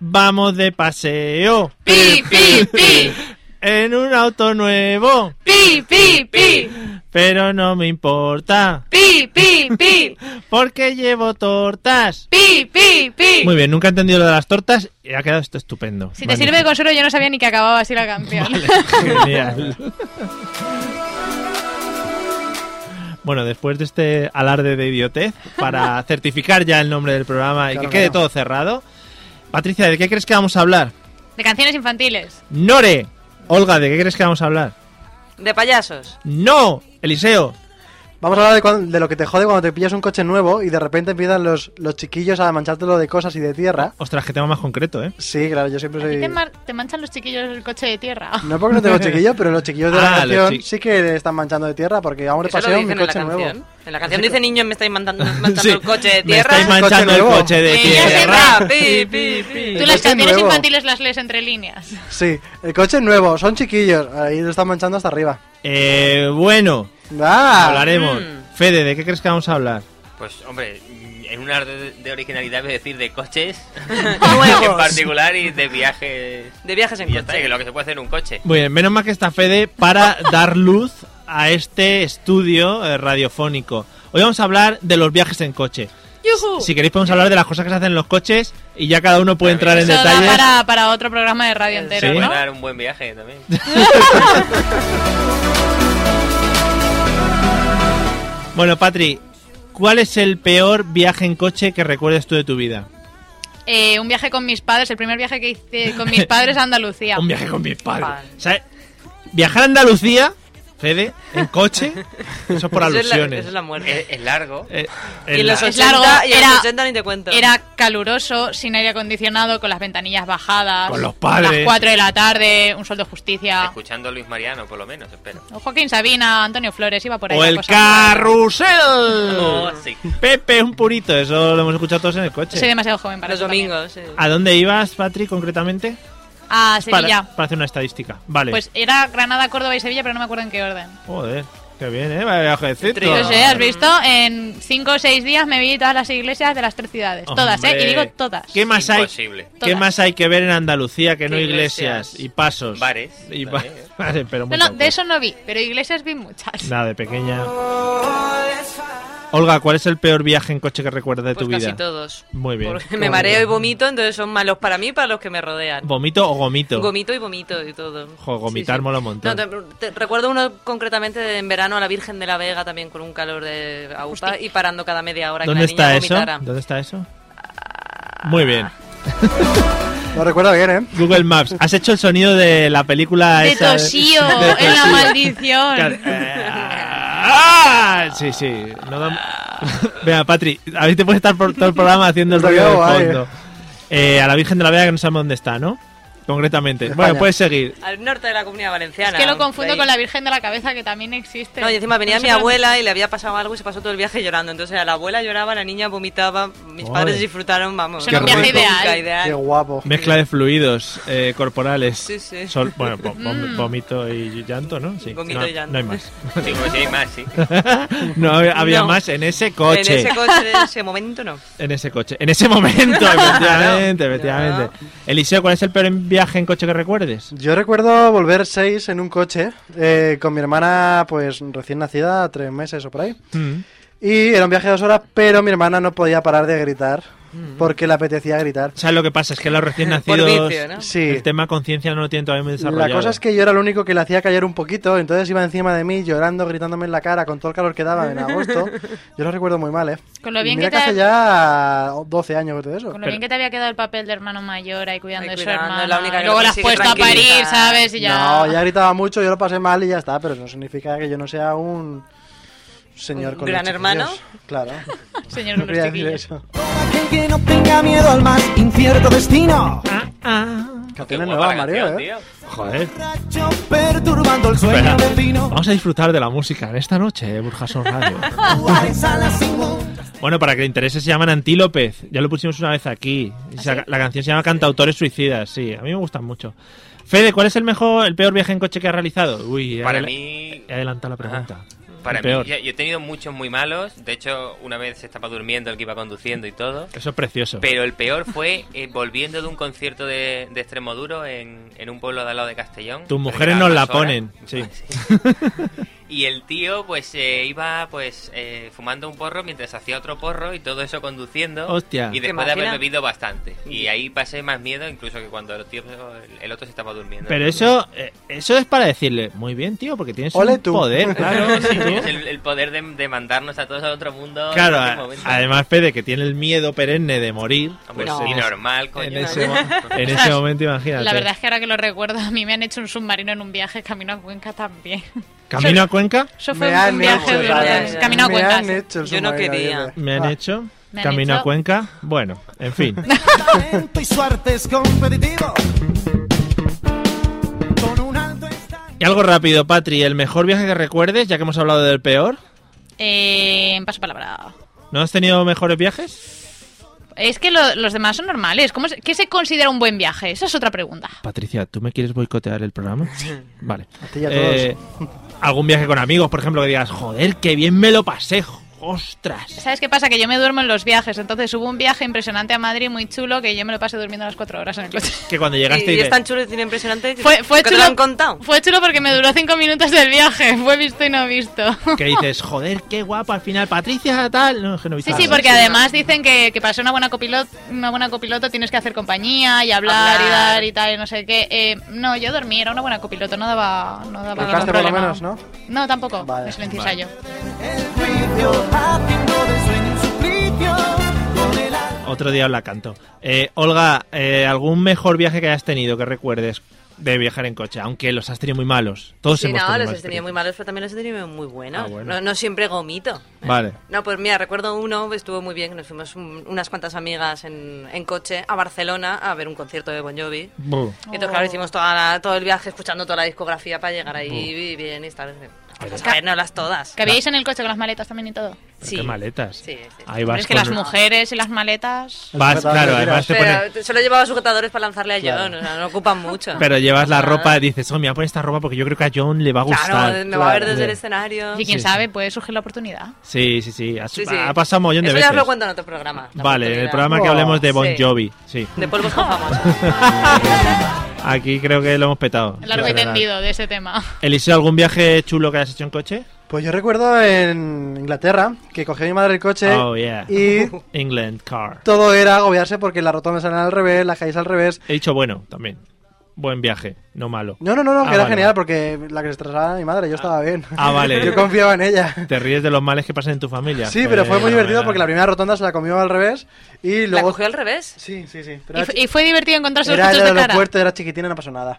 Speaker 2: Vamos de paseo
Speaker 3: Pi, pi, pi.
Speaker 2: en un auto nuevo,
Speaker 3: Pi, pi, pi.
Speaker 2: pero no me importa
Speaker 3: Pi, pi, pi.
Speaker 2: porque llevo tortas.
Speaker 3: Pi, pi, pi.
Speaker 2: Muy bien, nunca he entendido lo de las tortas y ha quedado esto estupendo.
Speaker 3: Si te
Speaker 2: Magnífico.
Speaker 3: sirve de consuelo, yo no sabía ni que acababa así la canción.
Speaker 2: Genial. Bueno, después de este alarde de idiotez, para certificar ya el nombre del programa y
Speaker 6: Claro
Speaker 2: que quede
Speaker 6: que no.
Speaker 2: todo cerrado, Patricia, ¿de qué crees que vamos a hablar?
Speaker 3: De canciones infantiles.
Speaker 2: Nore, Olga, ¿de qué crees que vamos a hablar?
Speaker 4: De payasos.
Speaker 2: No, Eliseo.
Speaker 6: Vamos a hablar de, cuan- de lo que te jode cuando te pillas un coche nuevo y de repente empiezan los, los chiquillos a manchártelo de cosas y de tierra.
Speaker 2: Ostras, que tema más concreto, ¿eh?
Speaker 6: Sí, claro, yo siempre
Speaker 3: ¿A ti
Speaker 6: soy...
Speaker 3: te, mar- te manchan los chiquillos el coche de tierra?
Speaker 6: No porque no tengo chiquillos, pero los chiquillos de la
Speaker 2: Ah, los
Speaker 6: canción
Speaker 2: chi-
Speaker 6: sí que le están manchando de tierra porque vamos de
Speaker 4: Eso lo
Speaker 6: paseo en
Speaker 4: dicen
Speaker 6: mi
Speaker 4: en la
Speaker 6: coche nuevo.
Speaker 4: canción. En la canción dice niños me estáis mandando- manchando el coche de
Speaker 2: Me
Speaker 4: tierra.
Speaker 2: estáis
Speaker 6: coche
Speaker 2: manchando el
Speaker 6: nuevo.
Speaker 2: coche de
Speaker 3: Sí, ya sé,
Speaker 2: tierra.
Speaker 4: Tierra, pi, pi, pi.
Speaker 3: Tú las
Speaker 6: coche
Speaker 3: canciones
Speaker 6: nuevo.
Speaker 3: infantiles las lees entre líneas.
Speaker 6: Sí, el coche nuevo, son chiquillos. Ahí lo están manchando hasta arriba.
Speaker 2: Eh, bueno,
Speaker 6: ¡Ah!
Speaker 2: hablaremos.
Speaker 4: mm.
Speaker 2: Fede, ¿de qué crees que vamos a hablar?
Speaker 5: Pues, hombre, mm, en una de, de originalidad, es decir, de coches en
Speaker 4: Nuevos.
Speaker 5: particular y de viajes.
Speaker 4: De viajes en
Speaker 5: Y ya está,
Speaker 4: coche.
Speaker 5: que lo que se puede hacer en un coche.
Speaker 2: Muy bien, menos mal que está Fede para dar luz a este estudio eh, radiofónico. Hoy vamos a hablar de los viajes en coche.
Speaker 3: ¡Yujú!
Speaker 2: Si queréis podemos hablar de las cosas que se hacen en los coches y ya cada uno puede entrar en
Speaker 3: Eso da
Speaker 2: detalles.
Speaker 3: para, para otro programa de radio entero,
Speaker 2: Sí.
Speaker 5: Puede
Speaker 3: ¿no?
Speaker 5: dar un buen viaje también.
Speaker 2: Bueno, Patri, ¿cuál es el peor viaje en coche que recuerdes tú de tu vida?
Speaker 3: Eh, un viaje con mis padres, el primer viaje que hice con mis padres a Andalucía.
Speaker 2: Un viaje con mis padres.
Speaker 4: Vale.
Speaker 2: O sea, viajar a Andalucía, Fede, en coche, eso es por
Speaker 4: Eso es la-
Speaker 2: alusiones.
Speaker 4: Eso es la muerte.
Speaker 5: es, es largo.
Speaker 2: Eh,
Speaker 4: Y
Speaker 2: en
Speaker 4: en
Speaker 2: la-
Speaker 4: los
Speaker 3: Es largo,
Speaker 4: 80 y en los
Speaker 3: era-
Speaker 4: 80 ni te cuento.
Speaker 3: Era caluroso, sin aire acondicionado, con las ventanillas bajadas.
Speaker 2: Con los padres.
Speaker 3: A las 4 de la tarde, un sol de justicia.
Speaker 5: Escuchando a Luis Mariano, por lo menos, espero.
Speaker 3: O Joaquín Sabina, Antonio Flores, iba por ahí.
Speaker 2: o
Speaker 3: la
Speaker 2: el
Speaker 3: cosa.
Speaker 2: carrusel.
Speaker 5: Oh, sí.
Speaker 2: Pepe, un purito, eso lo hemos escuchado todos en el coche.
Speaker 3: Soy demasiado joven para
Speaker 4: Los
Speaker 3: eso también.
Speaker 4: domingos. sí.
Speaker 2: ¿A dónde ibas, Patri, concretamente?
Speaker 3: A
Speaker 2: Para,
Speaker 3: Ah, Sevilla.
Speaker 2: para hacer una estadística. Vale.
Speaker 3: Pues era Granada, Córdoba y Sevilla, pero no me acuerdo en qué orden.
Speaker 2: Joder, qué bien, ¿eh? Vaya viajecito.
Speaker 4: Trío,
Speaker 3: No sé, ¿eh? ¿has visto? En 5 o 6 días me vi todas las iglesias de las tres ciudades. Todas, ¿eh?
Speaker 2: Hombre.
Speaker 3: Y digo todas.
Speaker 2: ¿Qué más hay?
Speaker 5: Imposible.
Speaker 2: ¿Qué
Speaker 3: Todas.
Speaker 2: más hay que ver en Andalucía que no
Speaker 4: ¿Qué
Speaker 2: iglesias,
Speaker 4: iglesias?
Speaker 2: y pasos?
Speaker 5: Bares,
Speaker 2: Y ba-
Speaker 5: también, ¿eh?
Speaker 2: Vale, pero muy
Speaker 3: No, no,
Speaker 2: poco.
Speaker 3: de eso no vi, pero iglesias vi muchas.
Speaker 2: Nada, de pequeña. Olga, ¿cuál es el peor viaje en coche que recuerdas de
Speaker 4: Pues
Speaker 2: tu
Speaker 4: casi
Speaker 2: vida?
Speaker 4: todos.
Speaker 2: Muy bien.
Speaker 4: Porque me mareo y vomito, entonces son malos para mí y para los que me rodean.
Speaker 2: ¿Vomito o gomito?
Speaker 4: Gomito y vomito y todo.
Speaker 2: Jo, vomitar mola un montón.
Speaker 4: No, te- te- recuerdo uno concretamente de- en verano a la Virgen de la Vega también con un calor de aupa y parando cada media hora
Speaker 2: ¿Dónde
Speaker 4: que la
Speaker 2: está
Speaker 4: niña
Speaker 2: eso?
Speaker 4: vomitara.
Speaker 2: ¿Dónde está eso? Muy bien.
Speaker 6: Lo recuerda bien, ¿eh?
Speaker 2: Google Maps. Has hecho el sonido de la película
Speaker 3: De
Speaker 2: esa.
Speaker 3: tosío,
Speaker 2: de
Speaker 3: en la
Speaker 2: tosío.
Speaker 3: maldición.
Speaker 2: Claro, eh, ah, sí, sí. No da- Venga, Patri, a ver, te puedes estar por todo el programa haciendo el
Speaker 6: Lo
Speaker 2: rollo de
Speaker 6: llevo ahí.
Speaker 2: fondo. Eh, a la Virgen de la Vega que no sabemos dónde está, ¿no? Concretamente. Bueno,
Speaker 6: España.
Speaker 2: puedes seguir.
Speaker 4: Al norte de la comunidad valenciana.
Speaker 3: Es que lo
Speaker 4: por
Speaker 3: confundo
Speaker 4: ahí.
Speaker 3: con la Virgen de la Cabeza, que también existe.
Speaker 4: No, y encima venía
Speaker 3: No sé
Speaker 4: mi
Speaker 3: dónde-
Speaker 4: abuela y le había pasado algo y se pasó todo el viaje llorando. Entonces a la abuela lloraba, la niña vomitaba, mis
Speaker 2: Ay.
Speaker 4: padres disfrutaron, vamos.
Speaker 3: Suena
Speaker 2: un Qué viaje rico.
Speaker 3: ideal.
Speaker 4: Nunca
Speaker 6: Qué guapo.
Speaker 2: Mezcla de fluidos eh, corporales.
Speaker 4: Sí, sí.
Speaker 2: Sol- bueno, vo- vom- vómito y llanto, ¿no? Sí.
Speaker 4: Vómito
Speaker 2: no,
Speaker 4: y llanto.
Speaker 2: no hay más.
Speaker 5: Sí, como si hay más, sí.
Speaker 2: no había
Speaker 4: No.
Speaker 2: más en ese coche.
Speaker 4: En ese coche, en ese momento no.
Speaker 2: En ese coche. En ese momento, efectivamente, efectivamente. Eliseo, ¿cuál es el peor viaje en coche que recuerdes?
Speaker 6: Yo recuerdo volver seis en un coche eh, con mi hermana, pues recién nacida, tres meses o por ahí. Y era un viaje de dos horas, pero mi hermana no podía parar de gritar
Speaker 4: Mm.
Speaker 6: porque le apetecía gritar.
Speaker 2: ¿Sabes lo que pasa? Es que los recién nacidos.
Speaker 4: vicio, ¿no?
Speaker 6: Sí.
Speaker 2: El tema conciencia no lo tienen todavía muy desarrollado.
Speaker 6: La cosa es que yo era el único que le hacía callar un poquito, entonces iba encima de mí llorando, gritándome en la cara con todo el calor que daba en agosto. Yo lo recuerdo muy mal, ¿eh?
Speaker 3: Con lo
Speaker 6: Y
Speaker 3: bien
Speaker 6: mira
Speaker 3: que te-
Speaker 6: hace ya 12 años de eso.
Speaker 3: Con lo bien que te había quedado el papel de hermano mayor ahí cuidando de
Speaker 4: Ahí
Speaker 3: su
Speaker 4: cuidando,
Speaker 3: hermana.
Speaker 4: la única que
Speaker 3: Y Luego
Speaker 4: lo
Speaker 3: la has
Speaker 4: consigue
Speaker 3: puesto a parir,
Speaker 4: tranquilizar.
Speaker 3: ¿sabes? Y ya.
Speaker 6: No, ya gritaba mucho, yo lo pasé mal y ya está, pero no significa que yo no sea un señor
Speaker 4: ¿Un
Speaker 6: con
Speaker 4: gran
Speaker 6: los
Speaker 4: hermano?
Speaker 6: chiquillos. Claro.
Speaker 3: Señor
Speaker 6: No
Speaker 3: con los
Speaker 6: quería decir
Speaker 3: chiquillos.
Speaker 6: eso.
Speaker 7: Aquel que no tenga miedo al más incierto destino.
Speaker 5: Qué
Speaker 6: Canciones
Speaker 5: guapa
Speaker 6: nuevas,
Speaker 5: la
Speaker 6: Mario,
Speaker 5: canción,
Speaker 6: ¿eh?
Speaker 5: tío.
Speaker 2: Ah, Joder.
Speaker 7: Borracho, perturbando el sueño
Speaker 2: Espera.
Speaker 7: vecino.
Speaker 2: Vamos a disfrutar de la música en esta noche, eh, Burjason Radio.
Speaker 7: Lugares a las inmundas.
Speaker 2: bueno, para que le interese, se llaman Antílopez. Ya lo pusimos una vez aquí.
Speaker 5: ¿Ah,
Speaker 2: Y se- La canción se llama Cantautores Suicidas. Sí, a mí me gustan mucho. Fede, ¿cuál es el mejor, el peor viaje en coche que has realizado? Uy,
Speaker 5: Para
Speaker 2: adela-
Speaker 5: mí. Ah,
Speaker 2: he adelantado la pregunta.
Speaker 5: Para
Speaker 2: El peor.
Speaker 5: mí, ya- yo he tenido muchos muy malos. De hecho, una vez se estaba durmiendo el que iba conduciendo y todo.
Speaker 2: Eso es precioso.
Speaker 5: Pero el peor fue eh, volviendo de un concierto de, de extremo duro en, en un pueblo de al lado de Castellón.
Speaker 2: Tus
Speaker 5: Me
Speaker 2: mujeres
Speaker 5: quedaban
Speaker 2: nos la
Speaker 5: las horas.
Speaker 2: ponen, sí.
Speaker 5: y el tío, pues, eh, iba pues eh, fumando un porro mientras hacía otro porro y todo eso conduciendo.
Speaker 2: Hostia.
Speaker 5: Y
Speaker 4: ¿Te
Speaker 5: después de haber
Speaker 4: imaginas?
Speaker 5: bebido bastante. Y ahí pasé más miedo incluso que cuando el, tío, el otro se estaba durmiendo.
Speaker 2: Pero eso, eh, eso es para decirle, muy bien, tío, porque tienes
Speaker 6: Ole
Speaker 2: un
Speaker 6: tú.
Speaker 2: poder, claro, sí, tienes
Speaker 5: tenemos el, el poder de, de mandarnos a todos a otro mundo. en
Speaker 2: Claro,
Speaker 5: cualquier
Speaker 2: a-
Speaker 5: momento.
Speaker 2: además Fede, que tiene el miedo perenne de morir.
Speaker 5: Hombre,
Speaker 2: pues
Speaker 4: No.
Speaker 5: y
Speaker 2: en, es-
Speaker 5: normal, coño.
Speaker 2: en ese, mo- en ese momento, imagínate.
Speaker 3: La verdad es que ahora que lo recuerdo, a mí me han hecho un submarino en un viaje camino a Cuenca también.
Speaker 2: Camino a Cuenca,
Speaker 3: Eso
Speaker 6: Me
Speaker 3: fue
Speaker 6: han
Speaker 3: un viaje
Speaker 6: hecho,
Speaker 3: de
Speaker 4: vale.
Speaker 3: camino a
Speaker 6: me
Speaker 3: Cuenca.
Speaker 6: han
Speaker 3: sí.
Speaker 6: hecho el
Speaker 4: Yo no
Speaker 6: submarino,
Speaker 4: quería.
Speaker 6: dice.
Speaker 2: me han
Speaker 6: Ah,
Speaker 2: hecho.
Speaker 3: Me han
Speaker 2: Camino a
Speaker 3: hecho-
Speaker 2: Cuenca, bueno, en fin.
Speaker 8: talento y suerte es competitivo. Con un alto estadio.
Speaker 2: Y algo rápido, Patri, el mejor viaje que recuerdes, ya que hemos hablado del peor.
Speaker 3: Eh, en paso palabra.
Speaker 2: ¿No has tenido mejores viajes?
Speaker 3: Es que lo- los demás son normales. ¿Cómo se- ¿Qué se considera un buen viaje? Esa es otra pregunta.
Speaker 2: Patricia, ¿tú me quieres boicotear el programa? Sí. Vale. Eh,
Speaker 6: ti y a todos.
Speaker 2: algún viaje con amigos, por ejemplo, que digas, joder, qué bien me lo pasé. Ostras.
Speaker 3: ¿Sabes qué pasa? Que yo me duermo en los viajes. Entonces hubo un viaje impresionante a Madrid, muy chulo, que yo me lo pasé durmiendo las cuatro horas en el coche.
Speaker 2: Que cuando
Speaker 4: Y,
Speaker 2: llegaste
Speaker 4: y
Speaker 2: dices,
Speaker 4: es tan chulo y tan impresionante que,
Speaker 3: Fue, fue
Speaker 4: que
Speaker 3: chulo,
Speaker 4: te lo han contado.
Speaker 3: Fue chulo porque me duró cinco minutos del viaje. Fue visto y no visto.
Speaker 2: que dices, joder, qué guapa al final, Patricia, tal. No, es que no he visto
Speaker 3: Sí, sí,
Speaker 2: nada.
Speaker 3: porque además dicen que, que para ser una buena, copiloto, una buena copiloto tienes que hacer compañía y hablar, y
Speaker 4: Hablar.
Speaker 3: dar y tal, y no sé qué. Eh, no, yo dormí, era una buena copiloto, no daba, no daba ningún
Speaker 6: Roncaste Pues por lo
Speaker 3: problema.
Speaker 6: menos, ¿no?
Speaker 3: No, tampoco,
Speaker 6: Vale.
Speaker 3: es el ensayo.
Speaker 8: El juicio, haciendo del sueño un suplicio. Con el alma
Speaker 2: Otro día os la canto. Eh, Olga, eh, ¿algún mejor viaje que hayas tenido que recuerdes de viajar en coche? Aunque los has tenido muy malos. Todos
Speaker 4: Sí,
Speaker 2: hemos
Speaker 4: no,
Speaker 2: tenido
Speaker 4: los
Speaker 2: malas
Speaker 4: he tenido muy malos, pero también los he tenido muy buenos.
Speaker 2: Ah, bueno.
Speaker 4: no, no siempre gomito.
Speaker 2: Vale.
Speaker 4: No, pues mira, recuerdo uno, estuvo muy bien, que nos fuimos un- unas cuantas amigas en, en coche a Barcelona a ver un concierto de Bon Jovi.
Speaker 2: Buh.
Speaker 4: Y Entonces,
Speaker 3: Oh.
Speaker 4: claro, hicimos toda la- todo el viaje escuchando toda la discografía para llegar ahí y bien y estar... A ver, no las todas.
Speaker 3: ¿Que habíais en el coche con las maletas también y todo?
Speaker 2: Pero
Speaker 4: Sí.
Speaker 2: Qué maletas.
Speaker 4: Sí, sí.
Speaker 2: Ahí
Speaker 3: Pero
Speaker 2: vas
Speaker 3: es que
Speaker 2: con-
Speaker 3: las mujeres y las maletas...
Speaker 2: Vas, claro,
Speaker 6: Mira,
Speaker 2: además te
Speaker 4: Pero
Speaker 2: pone...
Speaker 4: te- solo llevaba sujetadores para lanzarle a John, o sea, no ocupan mucho.
Speaker 2: Pero llevas la
Speaker 4: Nada.
Speaker 2: ropa y dices, oh, me voy a poner esta ropa porque yo creo que a John le va a gustar.
Speaker 4: Claro, me va a ver
Speaker 2: Claro.
Speaker 4: desde el escenario.
Speaker 3: Y quién
Speaker 2: Sí, sí.
Speaker 3: sabe, puede surgir la oportunidad.
Speaker 2: Sí, sí, sí. Ha,
Speaker 4: Sí, sí.
Speaker 2: ha pasado un mollón de
Speaker 4: Eso
Speaker 2: veces.
Speaker 4: ya os lo cuento en otro programa. la
Speaker 2: Vale, en el
Speaker 4: oportunidad.
Speaker 2: programa que
Speaker 6: Wow.
Speaker 2: hablemos de Bon
Speaker 4: Sí.
Speaker 2: Jovi. Sí.
Speaker 4: De polvos con famosos.
Speaker 2: Aquí creo que lo hemos petado.
Speaker 3: Largo
Speaker 2: La
Speaker 3: y
Speaker 2: verdad.
Speaker 3: tendido de ese tema.
Speaker 2: Eliseo, ¿algún viaje chulo que hayas hecho en coche?
Speaker 6: Pues yo recuerdo en Inglaterra que cogió mi madre el coche
Speaker 2: Oh, yeah.
Speaker 6: y
Speaker 2: England Car.
Speaker 6: todo era agobiarse porque las rotondas eran al revés, las calles al revés.
Speaker 2: He dicho bueno también. Buen viaje, no malo.
Speaker 6: No, no, no, no
Speaker 2: Ah,
Speaker 6: que era
Speaker 2: vale.
Speaker 6: genial porque la que se estresaba mi madre, yo estaba bien.
Speaker 2: ah, vale.
Speaker 6: yo confiaba en ella.
Speaker 2: Te ríes de los males que pasan en tu familia.
Speaker 6: Sí, pero fue muy
Speaker 2: Fenomenal.
Speaker 6: divertido porque la primera rotonda se la comió al revés y
Speaker 4: ¿La
Speaker 6: luego...
Speaker 4: cogió al revés?
Speaker 6: Sí, sí, sí. pero
Speaker 3: Y,
Speaker 6: era
Speaker 3: fu-
Speaker 6: chi-
Speaker 3: y fue divertido encontrarse los
Speaker 6: Era el
Speaker 3: coches de cara.
Speaker 6: aeropuerto, era chiquitina, no pasó nada.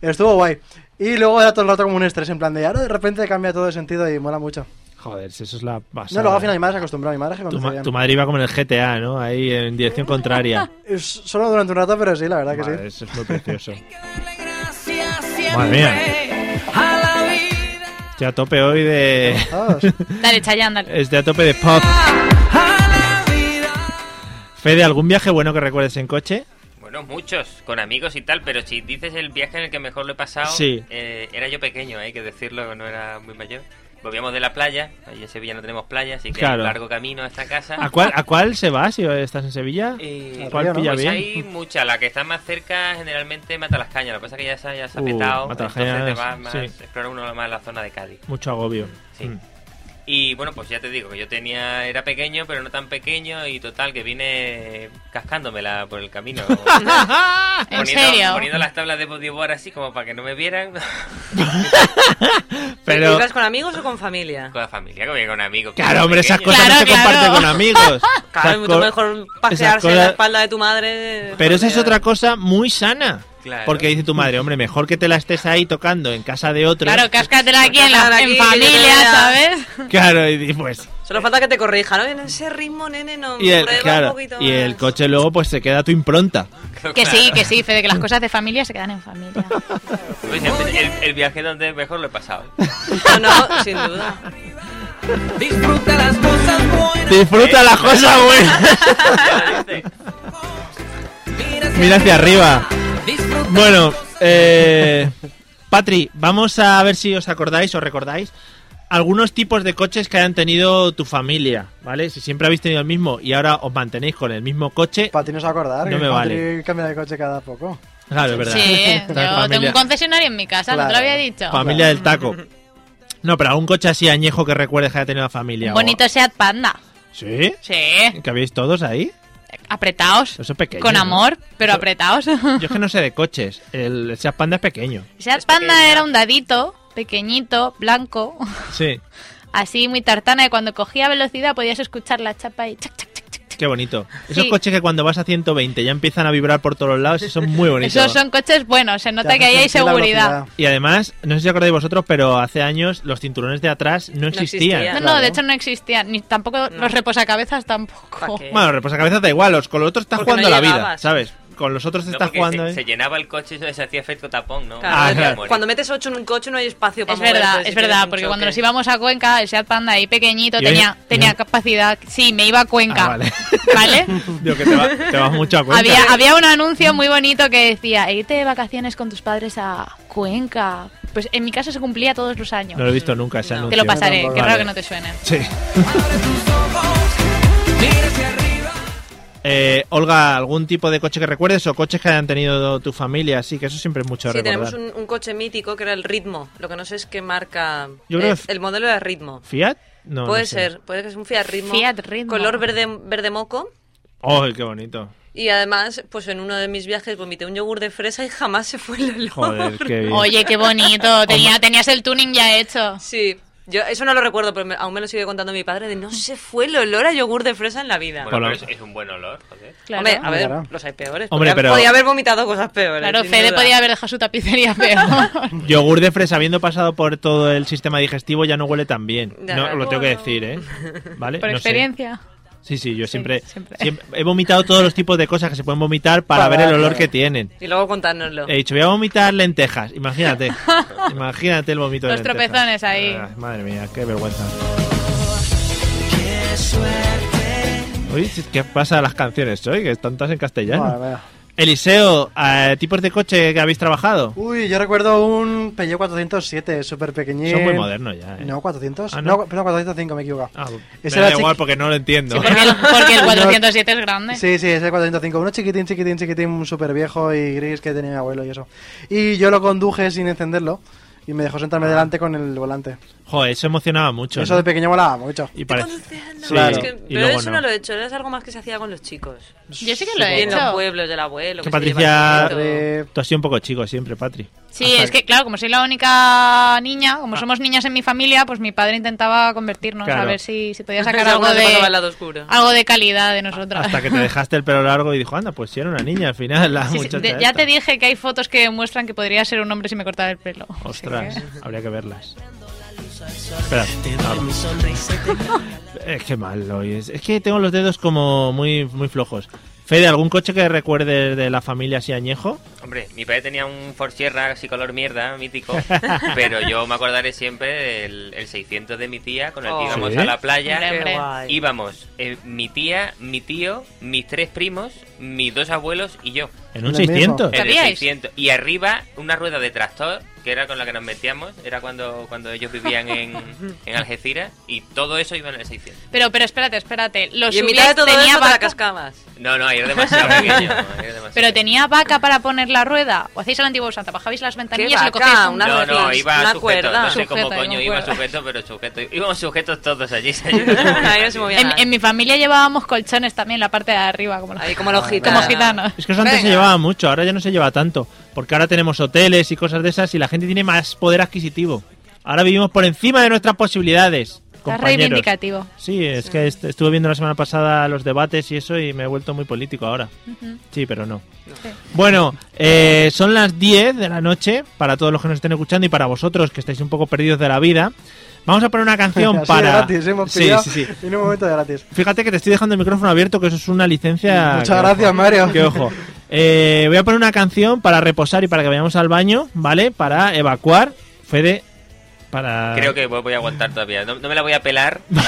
Speaker 6: Estuvo guay. Y luego era todo el rato como un estrés, en plan de ahora de repente cambia todo de sentido y mola mucho.
Speaker 2: Joder, si eso es la
Speaker 6: No,
Speaker 2: pasada.
Speaker 6: luego al final mi madre se acostumbró, mi madre se
Speaker 2: tu,
Speaker 6: conduce
Speaker 2: ma-
Speaker 6: bien.
Speaker 2: tu madre iba como en el GTA, ¿no? Ahí en dirección contraria.
Speaker 6: Es Solo durante un rato, pero sí, la verdad que
Speaker 2: Madre, eso
Speaker 6: sí.
Speaker 2: es muy precioso.
Speaker 7: Gracias
Speaker 2: Madre mía,
Speaker 7: a la vida.
Speaker 2: estoy a tope hoy de...
Speaker 6: Todos.
Speaker 3: Dale, Chayanne, dale.
Speaker 2: Estoy a tope de pop. Fede, ¿algún viaje bueno que recuerdes en coche?
Speaker 5: Bueno, muchos, con amigos y tal, pero si dices el viaje en el que mejor lo he pasado,
Speaker 2: Sí.
Speaker 5: eh, era yo pequeño, hay que decirlo, no era muy mayor. Volvíamos de la playa, allí en Sevilla no tenemos playa, así que
Speaker 2: Claro.
Speaker 5: un largo camino hasta casa.
Speaker 2: ¿A cuál, ¿A cuál se va si estás en Sevilla?
Speaker 5: Eh,
Speaker 6: Al
Speaker 2: ¿Cuál
Speaker 6: río, ¿no?
Speaker 2: pilla
Speaker 5: pues
Speaker 2: bien?
Speaker 5: hay mucha, la que está más cerca generalmente mata las cañas, lo que pasa es que ya se, ya se ha
Speaker 2: Uh,
Speaker 5: petado, entonces
Speaker 2: Matalascañas,
Speaker 5: te vas más,
Speaker 2: sí.
Speaker 5: explora uno más la zona de Cádiz.
Speaker 2: Mucho agobio.
Speaker 5: Sí.
Speaker 2: Mm.
Speaker 5: Y bueno, pues ya te digo que yo tenía era pequeño, pero no tan pequeño y total que vine cascándomela por el camino.
Speaker 3: ¿En
Speaker 5: Poniendo-
Speaker 3: serio?
Speaker 5: Poniendo las tablas de bodyboard así como para que no me vieran.
Speaker 2: Pero...
Speaker 4: ¿Ibas con amigos o con familia?
Speaker 5: con la familia, con, con amigos.
Speaker 2: Claro, hombre, esas
Speaker 5: pequeños.
Speaker 2: cosas
Speaker 3: Claro,
Speaker 2: no se
Speaker 3: claro.
Speaker 2: comparten con amigos.
Speaker 4: Claro, es
Speaker 2: Esas
Speaker 4: mucho
Speaker 2: co-
Speaker 4: mejor
Speaker 2: esas
Speaker 4: pasearse en
Speaker 2: cosas-
Speaker 4: la espalda de tu madre.
Speaker 2: Pero esa es otra cosa muy sana.
Speaker 5: Claro.
Speaker 2: Porque dice tu madre, hombre, mejor que te la estés ahí tocando en casa de otro.
Speaker 3: Claro, cáscatela aquí en, la,
Speaker 4: Cáscatela
Speaker 3: en
Speaker 4: aquí, que yo te
Speaker 3: familia,
Speaker 4: vea.
Speaker 3: ¿sabes?
Speaker 2: Claro, y di- pues.
Speaker 4: Solo falta que te corrija, ¿no? En ese ritmo, nene, no.
Speaker 2: Y el,
Speaker 4: prueba un
Speaker 2: claro,
Speaker 4: poquito
Speaker 2: y el
Speaker 4: más.
Speaker 2: coche luego pues se queda tu impronta.
Speaker 3: Que sí,
Speaker 5: Claro.
Speaker 3: que sí, Fede, que las cosas de familia se quedan en familia.
Speaker 5: Pues el, el- el viaje donde mejor lo he pasado.
Speaker 4: No, no, sin duda.
Speaker 7: Disfruta las cosas buenas.
Speaker 2: Disfruta las cosas buenas.
Speaker 5: Ya lo dice.
Speaker 7: Mira hacia
Speaker 2: Mira hacia arriba.
Speaker 7: Disfruta.
Speaker 2: Bueno, eh, Patri, vamos a ver si os acordáis o recordáis algunos tipos de coches que hayan tenido tu familia, ¿vale? Si siempre habéis tenido el mismo y ahora os mantenéis con el mismo coche,
Speaker 6: Para ti no se va a acordar.
Speaker 2: No
Speaker 6: que
Speaker 2: me
Speaker 6: Patri
Speaker 2: vale.
Speaker 6: cambia de coche cada poco.
Speaker 2: claro, es verdad.
Speaker 3: Sí, ¿eh?
Speaker 2: Esta
Speaker 3: yo tengo
Speaker 2: familia-
Speaker 3: un concesionario en mi casa, no te lo
Speaker 6: Claro.
Speaker 3: había dicho.
Speaker 2: Familia del taco. No, pero algún coche así añejo que recuerdes que haya tenido la familia.
Speaker 3: Un
Speaker 2: o-
Speaker 3: Bonito Seat Panda.
Speaker 2: ¿Sí?
Speaker 3: Sí,
Speaker 2: ¿Que habéis todos ahí?
Speaker 3: apretados.
Speaker 2: Eso es pequeño,
Speaker 3: Con
Speaker 2: ¿no?
Speaker 3: amor, pero
Speaker 2: Eso-
Speaker 3: apretados.
Speaker 2: Yo es que no sé de coches. El Seat Panda es pequeño.
Speaker 3: Seat Panda era un dadito, pequeñito, blanco.
Speaker 2: Sí.
Speaker 3: así muy tartana que cuando cogía velocidad podías escuchar la chapa y chac, chac, chac, chac, chac.
Speaker 2: Qué bonito. Esos
Speaker 3: Sí.
Speaker 2: coches que cuando vas a 120 ya empiezan a vibrar por todos lados, esos son muy bonitos.
Speaker 3: Esos son coches buenos, se nota
Speaker 6: Te
Speaker 3: que ahí hay
Speaker 6: hace sentir la
Speaker 3: seguridad.
Speaker 6: velocidad.
Speaker 2: Y además, no sé si acordáis vosotros, pero hace años los cinturones de atrás no existían.
Speaker 4: existían.
Speaker 3: No, no,
Speaker 6: Claro.
Speaker 3: de hecho no existían, ni tampoco
Speaker 4: No.
Speaker 3: los reposacabezas tampoco.
Speaker 4: ¿Pa' qué?
Speaker 2: Bueno, reposacabezas da igual, los, con los otros estás
Speaker 4: Porque
Speaker 2: jugando
Speaker 4: no
Speaker 2: a la vida,
Speaker 4: llegabas.
Speaker 2: ¿sabes? Con los otros
Speaker 5: No,
Speaker 2: estás
Speaker 5: porque
Speaker 2: jugando.
Speaker 5: se,
Speaker 2: ¿eh?
Speaker 5: se llenaba el coche y se hacía efecto tapón, ¿no?
Speaker 4: Claro,
Speaker 2: Ah,
Speaker 4: es que
Speaker 2: claro.
Speaker 5: Cuando
Speaker 4: Cuando metes 8 en un coche no hay espacio para
Speaker 3: Es verdad, es
Speaker 4: moverte, si tienes
Speaker 3: verdad,
Speaker 4: un
Speaker 3: porque cuando
Speaker 4: choque.
Speaker 3: nos íbamos a Cuenca, el Seat Panda ahí pequeñito
Speaker 2: Y
Speaker 3: tenía,
Speaker 2: hoy-
Speaker 3: tenía
Speaker 2: y hoy-
Speaker 3: capacidad. Sí, me iba a Cuenca.
Speaker 2: Ah, vale.
Speaker 3: ¿Vale?
Speaker 2: Digo que te, va- te vas mucho a cuenta.
Speaker 3: había, había un anuncio muy bonito que decía, "E irte de vacaciones con tus padres a Cuenca. Pues en mi caso se cumplía todos los años.
Speaker 2: No lo he visto nunca ese
Speaker 4: No.
Speaker 2: anuncio.
Speaker 3: te lo pasaré, qué
Speaker 2: Vale.
Speaker 3: raro que no te suene.
Speaker 2: Sí. Eh, Olga, ¿algún tipo de coche que recuerdes o coches que hayan tenido tu familia? Sí, que eso siempre es mucho
Speaker 4: Sí,
Speaker 2: recordar.
Speaker 4: tenemos un, un coche mítico que era el ritmo. Lo que no sé es qué marca.
Speaker 2: Yo creo
Speaker 4: eh,
Speaker 2: que-
Speaker 4: el modelo era ritmo.
Speaker 2: ¿Fiat? No, no
Speaker 4: puede
Speaker 2: sé.
Speaker 4: ser, puede que sea un Fiat Ritmo.
Speaker 3: Fiat Ritmo.
Speaker 4: Color verde, verde moco.
Speaker 2: ¡Ay, qué bonito!
Speaker 4: Y además, pues en uno de mis viajes vomité un yogur de fresa y jamás se fue el olor.
Speaker 2: Joder, qué bien.
Speaker 3: Oye, qué bonito, tenía, tenías el tuning ya hecho.
Speaker 4: Sí, yo eso no lo recuerdo, pero me- aún me lo sigue contando mi padre de no se fue el olor a yogur de fresa en la vida.
Speaker 5: Bueno,
Speaker 2: Hola.
Speaker 5: pero es, es un buen olor, joder.
Speaker 3: Claro,
Speaker 4: Hombre, a ver,
Speaker 6: Claro.
Speaker 4: los hay peores.
Speaker 2: Hombre,
Speaker 4: podía,
Speaker 2: pero-
Speaker 4: podía haber vomitado cosas peores.
Speaker 3: claro
Speaker 4: sin
Speaker 3: Fede
Speaker 4: duda.
Speaker 3: podía haber dejado su tapicería peor.
Speaker 2: Yogur de fresa, habiendo pasado por todo el sistema digestivo, ya no huele tan bien.
Speaker 4: Ya,
Speaker 2: No,
Speaker 4: claro.
Speaker 2: lo tengo que decir, ¿eh? ¿Vale?
Speaker 3: Por
Speaker 2: No sé.
Speaker 3: experiencia.
Speaker 2: Sí, sí, yo siempre,
Speaker 3: siempre.
Speaker 2: siempre- He vomitado todos los tipos de cosas que se pueden vomitar para,
Speaker 6: Para
Speaker 2: ver el olor
Speaker 6: ver.
Speaker 2: que tienen.
Speaker 4: Y luego contárnoslo.
Speaker 2: He dicho, voy a vomitar lentejas. Imagínate. imagínate el vómito de
Speaker 3: Los
Speaker 2: lentejas.
Speaker 3: tropezones ahí.
Speaker 2: Ah, madre mía, qué vergüenza. Uy, ¿qué pasa a las canciones hoy? Que están todas en castellano.
Speaker 6: Madre mía. Uh.
Speaker 2: Eliseo, eh, tipos de coche que habéis trabajado.
Speaker 6: Uy, yo recuerdo un Peugeot 407, súper pequeñín.
Speaker 2: Son muy modernos ya, ¿eh?
Speaker 6: No, 400.
Speaker 2: Ah, no.
Speaker 6: no. perdón, 405 me he equivocado.
Speaker 2: Ah, me
Speaker 6: Ese era
Speaker 2: da
Speaker 6: chiqui-
Speaker 2: igual porque no lo entiendo.
Speaker 3: Porque el, porque el 407 es grande.
Speaker 6: Sí, sí, ese 405. Uno chiquitín, chiquitín, chiquitín, un súper viejo y gris que tenía mi abuelo y eso. Y yo lo conduje sin encenderlo y me dejó
Speaker 2: Ah.
Speaker 6: sentarme delante con el volante.
Speaker 2: Joder, eso emocionaba mucho.
Speaker 6: eso
Speaker 2: ¿no?
Speaker 6: de pequeño volaba mucho.
Speaker 2: y
Speaker 4: Te
Speaker 2: parece-
Speaker 4: conducían, ¿no?
Speaker 2: Sí,
Speaker 4: Es
Speaker 6: Claro.
Speaker 4: que-
Speaker 2: y
Speaker 4: pero
Speaker 2: luego
Speaker 4: eso no. lo he hecho, es algo más que se hacía con los chicos.
Speaker 3: Yo sí que lo
Speaker 4: Y
Speaker 3: he
Speaker 4: en los
Speaker 3: hecho.
Speaker 4: pueblos del abuelo.
Speaker 2: Que
Speaker 4: se
Speaker 2: Patricia-
Speaker 4: llevan el
Speaker 6: Eh,
Speaker 2: Tú has sido un poco chico siempre, Patri.
Speaker 3: Sí, es que claro, como soy la única niña, como somos niñas en mi familia, pues mi padre intentaba convertirnos
Speaker 2: Ah. Claro.
Speaker 3: a ver si, si podía
Speaker 4: perrito.
Speaker 3: sacar
Speaker 4: Si
Speaker 3: algo
Speaker 4: alguno se pasaba al
Speaker 3: de Ah,
Speaker 4: lado oscuro.
Speaker 3: algo de calidad de nosotras.
Speaker 2: Hasta que te dejaste el pelo largo y dijo, anda, pues si era una niña al final, la
Speaker 3: Sí, sí,
Speaker 2: muchacha.
Speaker 3: de- ya
Speaker 2: esta".
Speaker 3: te dije que hay fotos que demuestran que podría ser un hombre si me cortara el pelo. Así
Speaker 2: Ostras,
Speaker 3: que-
Speaker 2: habría que verlas. Espera, no. es que mal hoy. Es, es que tengo los dedos como muy, muy flojos. Fede, ¿algún coche que recuerdes de la familia así añejo?
Speaker 5: Hombre, mi padre tenía un Ford Sierra así color mierda, mítico, pero yo me acordaré siempre del el 600 de mi tía con el
Speaker 4: Oh.
Speaker 5: que íbamos
Speaker 2: Sí.
Speaker 5: a la playa.
Speaker 3: Hombre,
Speaker 4: Qué
Speaker 3: hombre.
Speaker 4: guay.
Speaker 5: Íbamos eh, mi tía, mi tío, mis tres primos, mis dos abuelos y yo.
Speaker 2: En un
Speaker 6: Lo mismo.
Speaker 2: 600.
Speaker 5: En el
Speaker 3: ¿Sabíais?
Speaker 5: 600. Y arriba una rueda de tractor, que era con la que nos metíamos, era cuando, cuando ellos vivían en, en Algeciras, y todo eso iba en el 600.
Speaker 3: Pero, pero espérate, espérate. Lo
Speaker 4: Y en
Speaker 3: subías,
Speaker 4: mitad de todo
Speaker 3: tenía
Speaker 4: eso te la
Speaker 3: vaca,
Speaker 4: cascabas.
Speaker 5: No, no, era demasiado pequeño. era demasiado
Speaker 3: pero
Speaker 5: pequeño.
Speaker 3: tenía vaca para poner la rueda. O hacéis el antiguo Santa, bajabais las ventanillas y lo
Speaker 4: vaca?
Speaker 3: cogíais. un-
Speaker 4: Una
Speaker 5: No, no,
Speaker 4: relax,
Speaker 5: iba
Speaker 4: una
Speaker 5: sujeto,
Speaker 4: cuerda.
Speaker 5: no sé cómo
Speaker 3: Sujeta,
Speaker 5: coño
Speaker 3: con
Speaker 5: iba
Speaker 3: cuerda.
Speaker 5: sujeto, pero sujeto. Íbamos sujetos todos allí.
Speaker 4: Ahí no se movía
Speaker 3: En,
Speaker 4: nada.
Speaker 3: en mi familia llevábamos colchones también, la parte de arriba, como los
Speaker 4: Ahí como los
Speaker 3: Ah, como
Speaker 4: gitanos.
Speaker 3: gitanos.
Speaker 2: Es que eso antes se
Speaker 4: Venga.
Speaker 2: llevaba mucho, ahora ya no se lleva tanto. Porque ahora tenemos hoteles y cosas de esas y la gente tiene más poder adquisitivo. Ahora vivimos por encima de nuestras posibilidades.
Speaker 3: Está
Speaker 2: Compañeros.
Speaker 3: reivindicativo.
Speaker 2: Sí, es que est- estuve viendo la semana pasada los debates y eso y me he vuelto muy político ahora. Sí, pero no. Bueno, eh, son las 10 de la noche para todos los que nos estén escuchando y para vosotros que estáis un poco perdidos de la vida. Vamos a poner una canción
Speaker 6: así de
Speaker 2: para...
Speaker 6: gratis, hemos
Speaker 2: sí,
Speaker 6: pillado
Speaker 2: sí, sí.
Speaker 6: En un momento de gratis.
Speaker 2: Fíjate que te estoy dejando el micrófono abierto, que eso es una licencia...
Speaker 6: Muchas
Speaker 2: que Ah, ojo.
Speaker 6: gracias, Mario.
Speaker 2: Que ojo. Eh, voy a poner una canción para reposar y para que vayamos al baño, ¿vale? Para evacuar. Fede, para...
Speaker 5: Creo que voy voy a aguantar todavía. No, no me la voy a pelar
Speaker 2: Vale.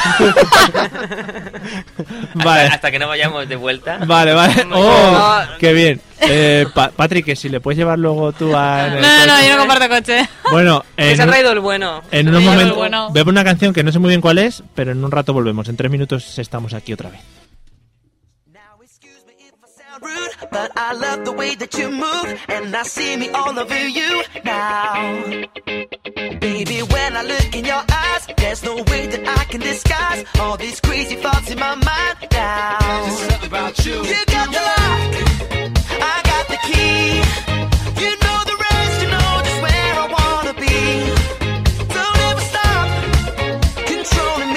Speaker 5: hasta, hasta que no vayamos de vuelta.
Speaker 2: Vale, vale.
Speaker 4: Muy
Speaker 2: ¡Oh!
Speaker 4: bien.
Speaker 2: ¡Qué bien! Eh, Pa- Patrick, que si le puedes llevar luego tú a. en
Speaker 3: No,
Speaker 2: el
Speaker 3: no, no,
Speaker 2: coche.
Speaker 3: yo no comparto coche.
Speaker 2: Bueno,
Speaker 4: Que Pues
Speaker 2: en,
Speaker 4: se ha
Speaker 2: un-
Speaker 4: traído el bueno.
Speaker 2: en
Speaker 4: Se
Speaker 2: unos
Speaker 4: ha traído el
Speaker 2: momentos.
Speaker 4: bueno.
Speaker 2: Voy a poner una canción que no sé muy bien cuál es, pero en un rato volvemos. En tres minutos estamos aquí otra vez.
Speaker 7: Excuse me if I sound rude, but I love the way that you move, and I see me all over you now. Baby, when I look in your eyes, there's no way that I can disguise all these crazy thoughts in my mind now. There's something about you. You got the lock, I got the key. You know the rest, you know just where I wanna be. Don't ever stop, control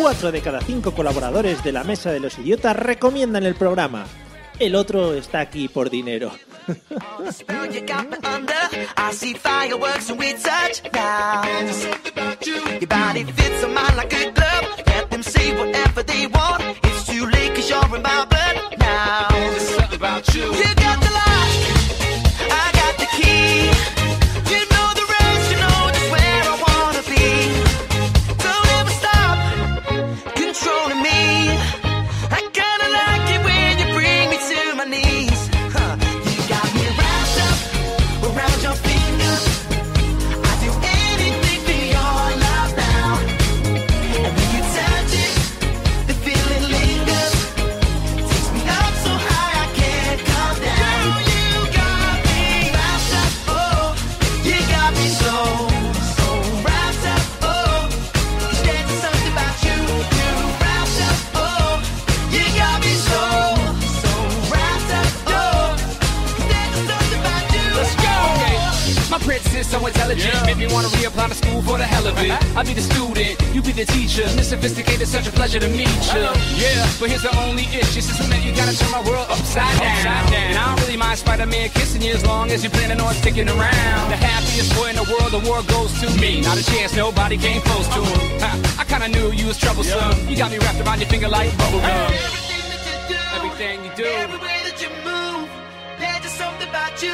Speaker 1: 4 de cada 5 colaboradores de la Mesa de los Idiotas recomiendan el programa. El otro está aquí por dinero.
Speaker 7: The spell you got me under. I see fireworks when we touch down. Your body fits on mine like a glove. Let them say whatever they want. It's too late cause you're in my blood now. You got the lock. I got the key. You know the rest. You know just where I wanna be. Don't ever stop controlling me. I kinda like it when you bring me to my knees. Huh. You got me wrapped up around your finger. I do anything for your love now. And when you touch it, the feeling lingers. Takes me up so high I can't come down. you got me wrapped up, oh. You got me so, so wrapped up, oh. There's something about you, you wrapped up, oh. You got me so, so wrapped up, oh. There's something about you. Let's go.
Speaker 9: My princess, so intelligent. Make me wanna reapply to school for the hell of it. I'll be the student, you be the teacher. Miss Sophisticated, such a pleasure to meet you. Yeah, but here's the only issue. Since we met, you gotta turn my world upside down. And I don't really mind Spider-Man kissing you as long as you're planning on sticking around. The happiest boy in the world, the world goes to me. Not a chance, nobody came close to him. Ha, I kinda knew you was troublesome. You got me wrapped around your finger like bubble gum.
Speaker 7: Everything that you do,
Speaker 9: Everything you do.
Speaker 7: every way that you move, there's just something about you.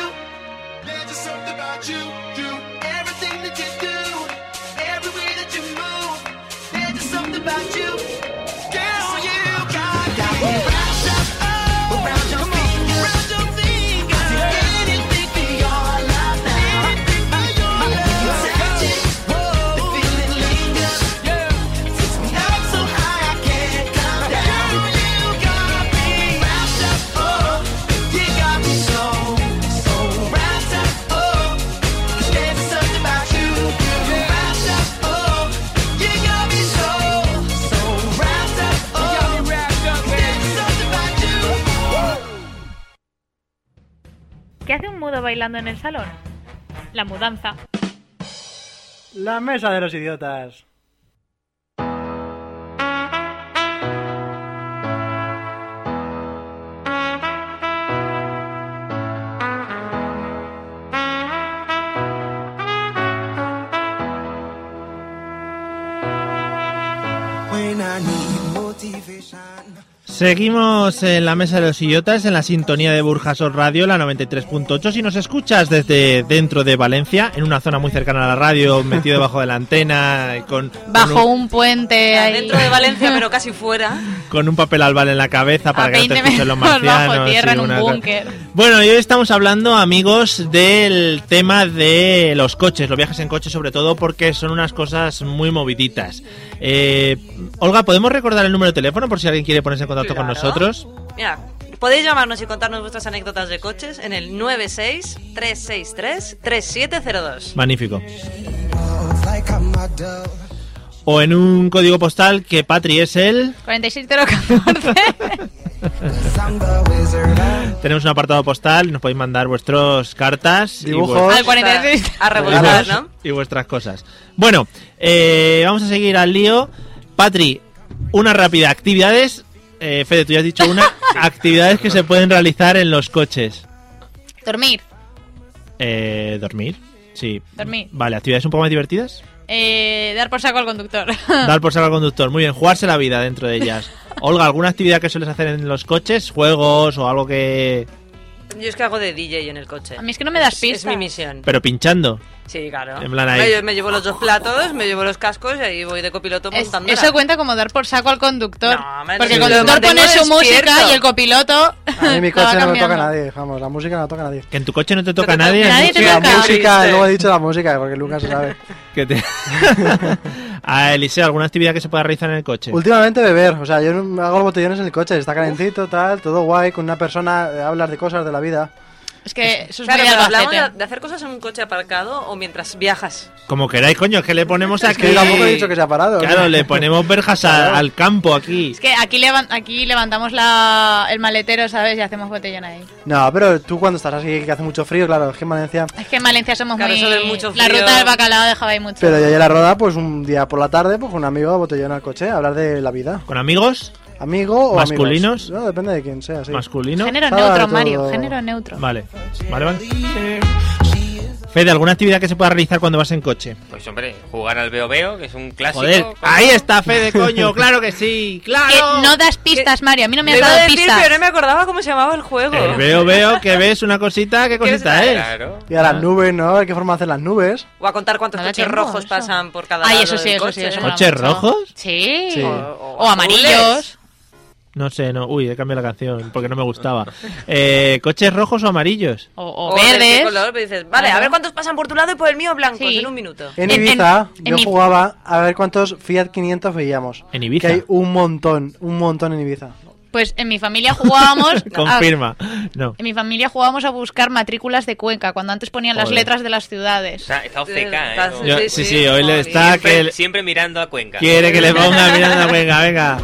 Speaker 7: There's just something about you. You. Everything that you do, every way that you move, there's just something about you. Girl, you got got me wrapped up around your finger. Around your finger. I do anything for your love now. Anything for your love. You touch it, the feeling lingers. Takes me up so high I can't come down. You got me wrapped up, oh. You got me so, so wrapped up, oh. 'Cause there's something about you, you wrapped up, oh. You got me so, so wrapped up, oh.
Speaker 9: You got me wrapped up, baby.
Speaker 7: There's something about you.
Speaker 3: ¿Qué hace un mudo bailando en el salón? La mudanza.
Speaker 6: La mesa de los idiotas.
Speaker 8: When I need motivation.
Speaker 2: Seguimos en la mesa de los idiotas en la sintonía de Burjasot Radio, la 93.8. Si nos escuchas desde dentro de Valencia, en una zona muy cercana a la radio, metido debajo de la antena, y con, con
Speaker 3: Bajo
Speaker 2: un,
Speaker 3: un puente ahí.
Speaker 4: Dentro de Valencia, pero casi fuera.
Speaker 2: con un papel albal en la cabeza para
Speaker 3: a
Speaker 2: que no
Speaker 3: 20
Speaker 2: te escuchen los
Speaker 3: metros
Speaker 2: marcianos.
Speaker 3: bajo tierra
Speaker 2: y
Speaker 3: en un
Speaker 2: una-
Speaker 3: búnker.
Speaker 2: Bueno, y hoy estamos hablando, amigos, del tema de los coches, los viajes en coche, sobre todo porque son unas cosas muy moviditas. Eh, Olga, ¿podemos recordar el número de teléfono por si alguien quiere ponerse en contacto con
Speaker 4: Claro.
Speaker 2: nosotros?
Speaker 4: Mira, podéis llamarnos y contarnos vuestras anécdotas de coches en el 96-363-3702.
Speaker 2: Magnífico. O en un código postal que Patri es el.
Speaker 3: 46-014.
Speaker 2: Tenemos un apartado postal y nos podéis mandar vuestros cartas. y
Speaker 6: Dibujos.
Speaker 2: vuest-
Speaker 3: Al 46.
Speaker 4: A
Speaker 2: y,
Speaker 4: rebotar,
Speaker 2: vuest-
Speaker 4: Ah, ¿no?
Speaker 2: y vuestras cosas. Bueno, eh, vamos a seguir al lío. Patri, una rápida. Actividades. Eh, Fede, tú ya has dicho una. actividades que se pueden realizar en los coches.
Speaker 3: Dormir.
Speaker 2: Eh, Dormir. Sí.
Speaker 3: Dormir.
Speaker 2: Vale, actividades un poco más divertidas.
Speaker 3: Eh, dar por saco al conductor.
Speaker 2: Dar por saco al conductor. Muy bien, jugarse la vida dentro de ellas. Olga, ¿alguna actividad que sueles hacer en los coches? ¿Juegos o algo que.?
Speaker 4: Yo es que hago de DJ en el coche.
Speaker 3: A mí es que no me das
Speaker 4: Es- Es
Speaker 3: pistas.
Speaker 4: mi misión.
Speaker 2: Pero pinchando.
Speaker 4: Sí, claro.
Speaker 2: En plan ahí.
Speaker 4: Me, lle- me llevo los dos platos, me llevo los cascos y ahí voy de copiloto
Speaker 3: Es-
Speaker 4: montando.
Speaker 3: eso cuenta como dar por saco al conductor.
Speaker 4: No, hombre,
Speaker 3: porque el
Speaker 4: sí.
Speaker 3: conductor
Speaker 4: Lo
Speaker 3: pone
Speaker 4: mantengo
Speaker 3: su música
Speaker 4: despierto.
Speaker 3: y el copiloto.
Speaker 6: A mí mi
Speaker 3: la va
Speaker 6: coche no me toca
Speaker 3: cambiando.
Speaker 6: nadie, vamos, la música no la toca nadie.
Speaker 2: Que en tu coche no te toca
Speaker 4: te toca
Speaker 2: nadie.
Speaker 3: nadie, te
Speaker 6: Sí, la
Speaker 3: toca.
Speaker 6: música,
Speaker 4: Triste.
Speaker 6: luego he dicho la música, porque Lucas se sabe.
Speaker 2: Que te... a Eliseo, ¿alguna actividad que se pueda realizar en el coche?
Speaker 6: Últimamente beber, o sea, yo no- hago los botellones en el coche, está calentito, tal, todo guay, con una persona, eh, hablas de cosas de la vida.
Speaker 3: Es que eso es
Speaker 4: Claro,
Speaker 3: muy
Speaker 4: pero
Speaker 3: albacete.
Speaker 4: hablamos de, de hacer cosas en un coche aparcado o mientras viajas.
Speaker 2: Como queráis, coño, es que le ponemos aquí.
Speaker 6: que yo tampoco he dicho que se ha parado.
Speaker 2: Claro, le ponemos verjas a- al campo aquí.
Speaker 3: Es que aquí, levan- aquí levantamos la, el maletero, ¿sabes? Y hacemos botellón ahí.
Speaker 6: No, pero tú cuando estás así que hace mucho frío, claro, es que en Valencia.
Speaker 3: Es que en Valencia somos
Speaker 4: Claro, eso
Speaker 3: muy...
Speaker 4: del mucho
Speaker 3: La
Speaker 4: frío.
Speaker 3: ruta del bacalao dejaba ahí mucho.
Speaker 6: Pero yo ayer a la roda, pues un día por la tarde, pues con un amigo a botellón al coche, a hablar de la vida.
Speaker 2: ¿Con amigos?
Speaker 6: ¿Amigo o amigos?
Speaker 2: ¿Masculinos?
Speaker 6: No, depende de quién sea, sí.
Speaker 2: ¿Masculino?
Speaker 3: Género
Speaker 6: Está
Speaker 3: neutro,
Speaker 6: todo-
Speaker 3: Mario. Género neutro.
Speaker 2: Vale. Vale, vale. Fede, ¿alguna actividad que se pueda realizar cuando vas en coche?
Speaker 5: Pues hombre, jugar al veo veo, que es un clásico.
Speaker 2: Joder,
Speaker 5: ¿cómo?
Speaker 2: ahí está Fede, coño, claro que sí,
Speaker 3: Que
Speaker 2: claro.
Speaker 3: no das pistas, Mario. A mí no me
Speaker 4: Lo
Speaker 3: has
Speaker 4: iba
Speaker 3: dado
Speaker 4: a decir,
Speaker 3: pistas.
Speaker 4: pero no me acordaba cómo se llamaba el juego.
Speaker 2: Eh, veo, veo que ves una cosita, ¿qué cosita es?
Speaker 5: Claro.
Speaker 6: Y
Speaker 2: Ah.
Speaker 6: a las nubes, ¿no? A ver qué forma hacen las nubes.
Speaker 4: O a contar cuántos
Speaker 3: No da
Speaker 4: coches
Speaker 3: tiempo,
Speaker 4: rojos
Speaker 3: eso.
Speaker 4: pasan por cada
Speaker 3: Ay,
Speaker 4: lado
Speaker 3: eso sí,
Speaker 4: del
Speaker 3: eso
Speaker 4: coche.
Speaker 3: sí. Eso mola
Speaker 2: ¿Coches
Speaker 3: mucho.
Speaker 2: rojos?
Speaker 3: Sí.
Speaker 6: Sí.
Speaker 3: O,
Speaker 4: o
Speaker 3: amarillos.
Speaker 4: azules.
Speaker 2: No sé, no. Uy, he cambiado la canción porque no me gustaba. Eh, ¿Coches rojos o amarillos?
Speaker 3: O, o
Speaker 4: O de qué
Speaker 3: verdes.
Speaker 4: color, pero dices, vale, a
Speaker 3: Ajá.
Speaker 4: ver cuántos pasan por tu lado y por el mío blancos
Speaker 3: Sí.
Speaker 4: en un minuto.
Speaker 6: En
Speaker 3: En- en-
Speaker 6: Ibiza,
Speaker 3: en
Speaker 6: yo
Speaker 3: Ibiza.
Speaker 6: jugaba a ver cuántos Fiat 500 veíamos.
Speaker 2: En Ibiza.
Speaker 6: Que hay un montón, un montón en Ibiza.
Speaker 3: Pues en mi familia
Speaker 5: Ah.
Speaker 3: jugábamos. a-
Speaker 2: Confirma. No.
Speaker 3: en mi familia jugábamos a buscar matrículas de Cuenca, cuando antes ponían las
Speaker 2: Joder.
Speaker 3: letras de las ciudades.
Speaker 5: Está, está OCK, ¿eh?
Speaker 4: Está-
Speaker 5: Como-
Speaker 2: Yo-
Speaker 4: sí,
Speaker 2: sí,
Speaker 4: sí,
Speaker 2: sí, hoy le
Speaker 4: joder.
Speaker 2: está que
Speaker 5: siempre,
Speaker 2: el-
Speaker 5: siempre mirando a Cuenca.
Speaker 2: quiere que le ponga mirando, venga, venga.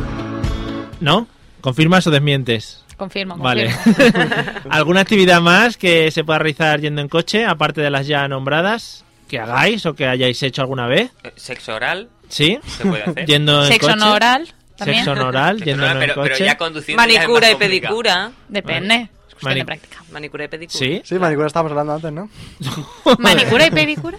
Speaker 2: ¿No? ¿Confirmas o desmientes?
Speaker 3: Confirmo,
Speaker 2: Vale.
Speaker 3: confirmo.
Speaker 2: ¿Alguna actividad más que se pueda realizar yendo en coche, aparte de las ya nombradas, que hagáis o que hayáis hecho alguna vez?
Speaker 5: Eh, Sexo oral
Speaker 2: ¿Sí.
Speaker 5: se puede hacer.
Speaker 2: Yendo en
Speaker 3: Sexo
Speaker 2: coche.
Speaker 3: no oral también.
Speaker 2: Sexo no oral,
Speaker 5: Sexo
Speaker 2: yendo
Speaker 5: oral,
Speaker 2: en
Speaker 5: pero,
Speaker 2: coche.
Speaker 5: pero ya conduciendo. ya es
Speaker 4: Manicura
Speaker 5: más
Speaker 4: y
Speaker 5: complicado.
Speaker 4: pedicura.
Speaker 3: Depende. Es cuestión
Speaker 2: Mani-
Speaker 3: de práctica.
Speaker 4: Manicura y pedicura.
Speaker 2: Sí.
Speaker 6: Sí, manicura estábamos hablando antes, ¿no?
Speaker 3: ¿Manicura y pedicura?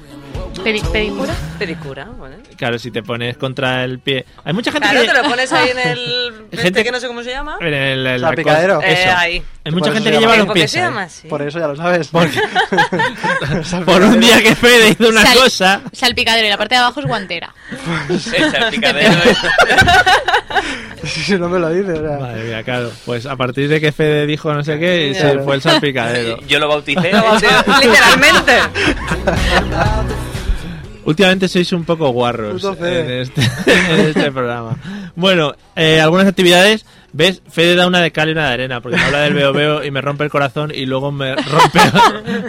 Speaker 3: Pedi- ¿Pedicura?
Speaker 4: Pedicura, ¿vale?
Speaker 2: Claro, si te pones contra el pie. Hay mucha gente
Speaker 4: Claro,
Speaker 2: que.
Speaker 4: te lo pones ahí en el...
Speaker 2: Gente-
Speaker 4: Gente que no sé cómo se llama.
Speaker 2: en el- el-
Speaker 6: La picadero.
Speaker 2: cosa-
Speaker 4: Eh,
Speaker 2: eso.
Speaker 4: ahí.
Speaker 2: Hay mucha gente
Speaker 6: Por eso
Speaker 2: que
Speaker 6: se
Speaker 2: lleva
Speaker 6: llama-
Speaker 2: los
Speaker 4: ¿Por qué
Speaker 2: pies.
Speaker 4: se
Speaker 2: ahí.
Speaker 4: llama así?
Speaker 6: Por eso ya lo sabes.
Speaker 2: Por un día que Fede hizo una
Speaker 3: Sal-
Speaker 2: cosa.
Speaker 3: Salpicadero y la parte de abajo es guantera.
Speaker 5: El salpicadero es-
Speaker 6: Si no me lo dices, o sea.
Speaker 2: Madre mía, claro. Pues a partir de que Fede dijo no sé qué, se
Speaker 6: Claro.
Speaker 2: fue el salpicadero.
Speaker 5: Yo lo bauticé.
Speaker 4: Literalmente.
Speaker 2: Últimamente sois un poco guarros
Speaker 6: Puto Fede.
Speaker 2: en este, en este programa. Bueno, eh, algunas actividades. ¿Ves? Fede da una de cal y una de arena, porque me habla del veo veo y me rompe el corazón y luego me rompe,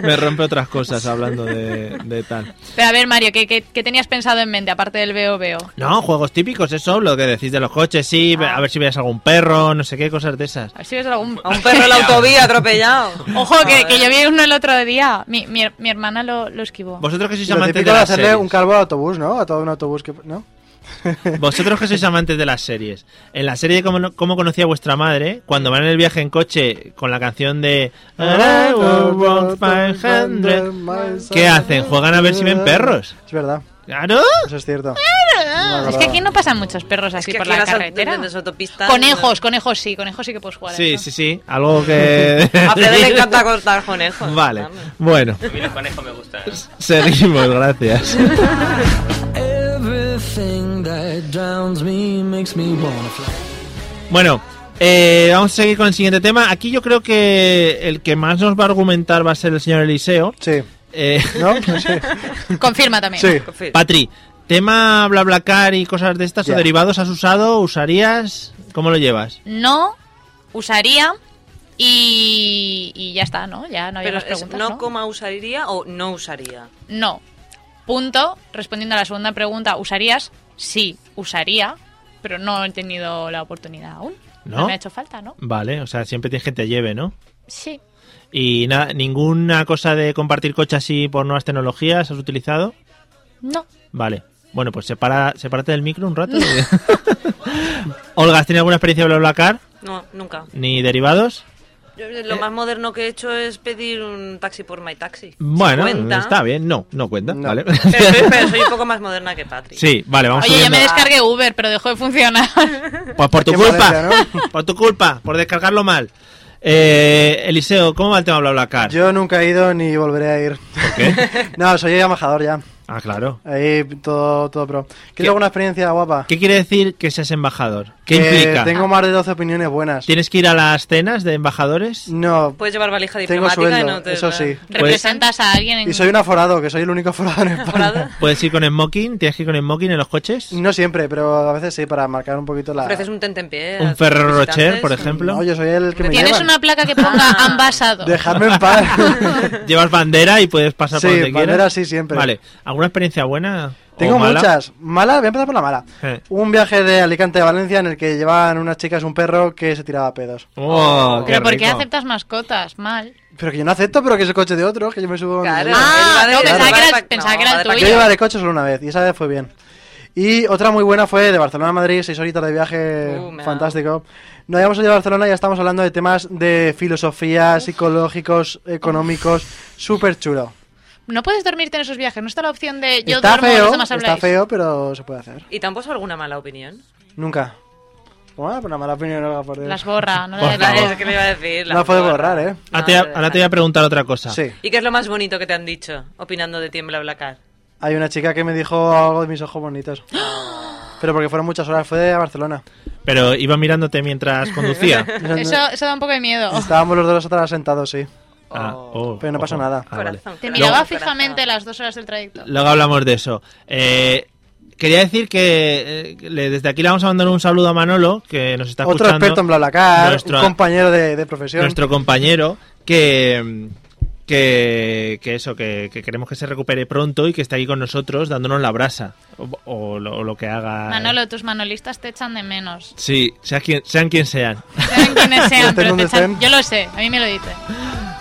Speaker 2: me rompe otras cosas hablando de, de tal.
Speaker 3: Pero a ver, Mario, ¿qué, qué, qué tenías pensado en mente aparte del veo veo?
Speaker 2: No, juegos típicos, eso, lo que decís de los coches, sí,
Speaker 4: Ah.
Speaker 2: a ver si veas algún perro, no sé qué, cosas de esas.
Speaker 3: A ver si ves algún...
Speaker 4: A un perro en la autovía atropellado.
Speaker 3: Ojo, que,
Speaker 4: Joder.
Speaker 3: que yo vi uno el otro día. Mi, mi, her- mi hermana lo, lo esquivó.
Speaker 2: Vosotros que sois
Speaker 6: Lo
Speaker 2: amantes de
Speaker 6: típico de
Speaker 2: las
Speaker 6: hacerle
Speaker 2: series.
Speaker 6: un calvo al autobús, ¿no? A todo un autobús que... ¿No?
Speaker 2: Vosotros que sois amantes de las series, en la serie de cómo, no- cómo conocí a vuestra madre, cuando van en el viaje en coche con la canción de I will walk 500, ¿qué hacen? Juegan a ver si ven perros.
Speaker 6: Es verdad,
Speaker 2: Claro.
Speaker 6: eso es cierto.
Speaker 3: Ah,
Speaker 6: No me
Speaker 3: es que aquí
Speaker 6: acordaba.
Speaker 3: no pasan muchos perros así
Speaker 4: que
Speaker 3: por
Speaker 4: aquí
Speaker 3: la
Speaker 4: las aut-
Speaker 3: carretera.
Speaker 4: de las autopistas-
Speaker 3: Conejos, conejos sí, conejos sí que puedes jugar. ¿eh? a
Speaker 2: Sí,
Speaker 3: eso.
Speaker 2: sí, sí, algo que
Speaker 4: A Fede le encanta cortar conejos.
Speaker 2: Vale.
Speaker 4: Vamos.
Speaker 2: Bueno,
Speaker 5: A mí los conejos me gustan.
Speaker 2: seguimos, gracias.
Speaker 8: Everything that drowns me makes me wanna fly.
Speaker 2: Bueno, eh, vamos a seguir con el siguiente tema. Aquí yo creo que el que más nos va a argumentar va a ser el señor Eliseo.
Speaker 6: Sí,
Speaker 2: Eh,
Speaker 6: ¿no? Sí.
Speaker 3: Confirma también.
Speaker 6: sí.
Speaker 4: Confío.
Speaker 2: Patri, tema BlaBlaCar y cosas de estas
Speaker 6: Ya.
Speaker 2: o derivados has usado, usarías, ¿cómo lo llevas?
Speaker 3: No usaría y, y ya está, ¿no? Ya no había
Speaker 4: Pero
Speaker 3: más
Speaker 4: es
Speaker 3: preguntas.
Speaker 4: no,
Speaker 3: ¿no?
Speaker 4: coma usaría o no usaría.
Speaker 3: No. Punto. Respondiendo a la segunda pregunta, ¿usarías? Sí, usaría, pero no he tenido la oportunidad aún.
Speaker 2: ¿No?
Speaker 3: me ha hecho falta, ¿no?
Speaker 2: Vale, o sea, siempre tienes que te lleve, ¿no?
Speaker 3: Sí.
Speaker 2: Y nada, ninguna cosa de compartir coche así por nuevas tecnologías has utilizado?
Speaker 3: No.
Speaker 2: Vale. Bueno, pues separa, sepárate del micro un rato. Olga, ¿has tenido alguna experiencia de BlaBlaCar?
Speaker 4: No, nunca.
Speaker 2: ¿Ni derivados?
Speaker 4: Yo, eh, Lo más moderno que he hecho es pedir un taxi por My Taxi.
Speaker 2: Bueno,
Speaker 4: ¿Cuenta?
Speaker 2: está bien. No, no cuenta.
Speaker 6: No.
Speaker 2: Vale.
Speaker 4: Pero, soy- pero soy un poco más moderna que Patrick.
Speaker 2: sí, vale, vamos
Speaker 3: Oye, ya
Speaker 2: subiendo.
Speaker 3: me descargué Uber, pero dejó de funcionar.
Speaker 2: Pues por tu
Speaker 6: Ah, Qué
Speaker 2: culpa.
Speaker 6: maravilla,
Speaker 2: Por tu culpa, por descargarlo mal. Eh, Eliseo, ¿cómo va el tema BlaBlaCar?
Speaker 6: Yo nunca he ido ni volveré a ir. ¿Por
Speaker 2: qué?
Speaker 6: no, soy embajador ya.
Speaker 2: Ah, claro.
Speaker 6: Ahí todo, todo pro.
Speaker 2: ¿Qué?
Speaker 6: ¿Quieres alguna experiencia guapa?
Speaker 2: ¿Qué quiere decir que seas embajador? ¿Qué
Speaker 6: que
Speaker 2: implica?
Speaker 6: Eh, Tengo más de 12 opiniones buenas.
Speaker 2: ¿Tienes que ir a las cenas de embajadores?
Speaker 6: No,
Speaker 4: Puedes llevar valija
Speaker 6: Tengo
Speaker 4: diplomática y
Speaker 6: sueldo,
Speaker 4: no te.
Speaker 6: eso sí.
Speaker 3: ¿Representas a alguien en
Speaker 6: Y soy un aforado, que soy el único aforado en España.
Speaker 4: temporada.
Speaker 2: ¿Puedes ir con smoking? ¿Tienes que ir con smoking en los coches?
Speaker 6: No siempre, pero a veces sí, para marcar un poquito la...
Speaker 4: Ofreces un tentempié. a
Speaker 2: Pues- ¿Un
Speaker 4: tus
Speaker 2: Ferrero
Speaker 4: visitantes.
Speaker 2: Rocher, por ejemplo?
Speaker 6: No, yo soy el que me
Speaker 3: Tienes
Speaker 6: llevan.
Speaker 3: una placa que ponga
Speaker 4: Ah.
Speaker 3: ambasado.
Speaker 6: Dejadme en paz.
Speaker 2: Llevas bandera y puedes pasar por
Speaker 6: Sí,
Speaker 2: donde quieras.
Speaker 6: bandera sí, siempre.
Speaker 2: Vale. ¿Alguna experiencia buena? o
Speaker 6: Tengo
Speaker 2: mala?
Speaker 6: muchas. Mala, voy a empezar por la mala.
Speaker 2: Eh.
Speaker 6: Un viaje de Alicante a Valencia en el que llevaban unas chicas un perro que se tiraba pedos.
Speaker 2: Oh,
Speaker 3: ¿Pero por qué
Speaker 2: rico.
Speaker 3: aceptas mascotas? Mal.
Speaker 6: Pero que yo no acepto, pero que es el coche de otro, que yo me subo... donde
Speaker 4: Claro.
Speaker 6: me llevan.
Speaker 3: Ah,
Speaker 4: Él va
Speaker 3: no,
Speaker 4: de-
Speaker 3: pensaba
Speaker 4: va
Speaker 3: que
Speaker 4: de
Speaker 3: era-
Speaker 4: pack-
Speaker 3: pensaba
Speaker 4: no,
Speaker 3: que era
Speaker 4: va de
Speaker 3: el
Speaker 4: pack-
Speaker 3: tuyo.
Speaker 6: Yo llevaré coche solo una vez y esa vez fue bien. Y otra muy buena fue de Barcelona a Madrid, seis horitas de viaje,
Speaker 4: Uh, me
Speaker 6: fantástico. Nos habíamos ido a Barcelona y ya estamos hablando de temas de filosofía, psicológicos, económicos, súper chulo.
Speaker 3: No puedes dormirte en esos viajes. No está la opción de yo
Speaker 6: Está
Speaker 3: duermo y los
Speaker 6: feo,
Speaker 3: demás
Speaker 6: está
Speaker 3: habláis.
Speaker 6: feo, pero se puede hacer.
Speaker 4: ¿Y tampoco alguna mala opinión?
Speaker 6: Nunca. Pues Bueno, pero una mala opinión, Olga, por Dios.
Speaker 3: Las borra, no
Speaker 2: Por
Speaker 3: le
Speaker 4: La-
Speaker 2: favor.
Speaker 4: es que le iba a decir.
Speaker 6: No la puedes borrar, ¿eh?
Speaker 2: Ahora te, ahora te voy a preguntar otra cosa.
Speaker 6: Sí.
Speaker 4: ¿Y qué es lo más bonito que te han dicho opinando de Tiembla Blacar?
Speaker 6: Hay una chica que me dijo algo de mis ojos bonitos. Pero porque fueron muchas horas, fue a Barcelona.
Speaker 2: Pero iba mirándote mientras conducía.
Speaker 3: Eso, eso da un poco de miedo.
Speaker 6: Estábamos los dos atrás sentados, sí.
Speaker 2: Ah, oh,
Speaker 6: Pero no pasa
Speaker 2: ojo.
Speaker 6: nada.
Speaker 2: Ah, vale.
Speaker 4: Corazón.
Speaker 3: Te
Speaker 4: corazón,
Speaker 3: miraba
Speaker 4: corazón.
Speaker 3: fijamente las dos horas del trayecto.
Speaker 2: Luego hablamos de eso. Eh, quería decir que eh, le- desde aquí le vamos a mandar un saludo a Manolo, que nos está
Speaker 6: Otro
Speaker 2: escuchando.
Speaker 6: experto en BlaBlaCar,
Speaker 2: Nuestro-
Speaker 6: un compañero de, de profesión.
Speaker 2: nuestro compañero que que, que eso, que, que queremos que se recupere pronto y que esté aquí con nosotros dándonos la brasa o, o lo, o lo que haga.
Speaker 3: Manolo, tus manolistas te echan de menos.
Speaker 2: Sí, sea quien, sean quien sean.
Speaker 3: Sean quienes sean,
Speaker 6: Estén
Speaker 3: pero te
Speaker 6: donde
Speaker 3: echan...
Speaker 6: estén.
Speaker 3: Yo lo sé, a mí me lo dice.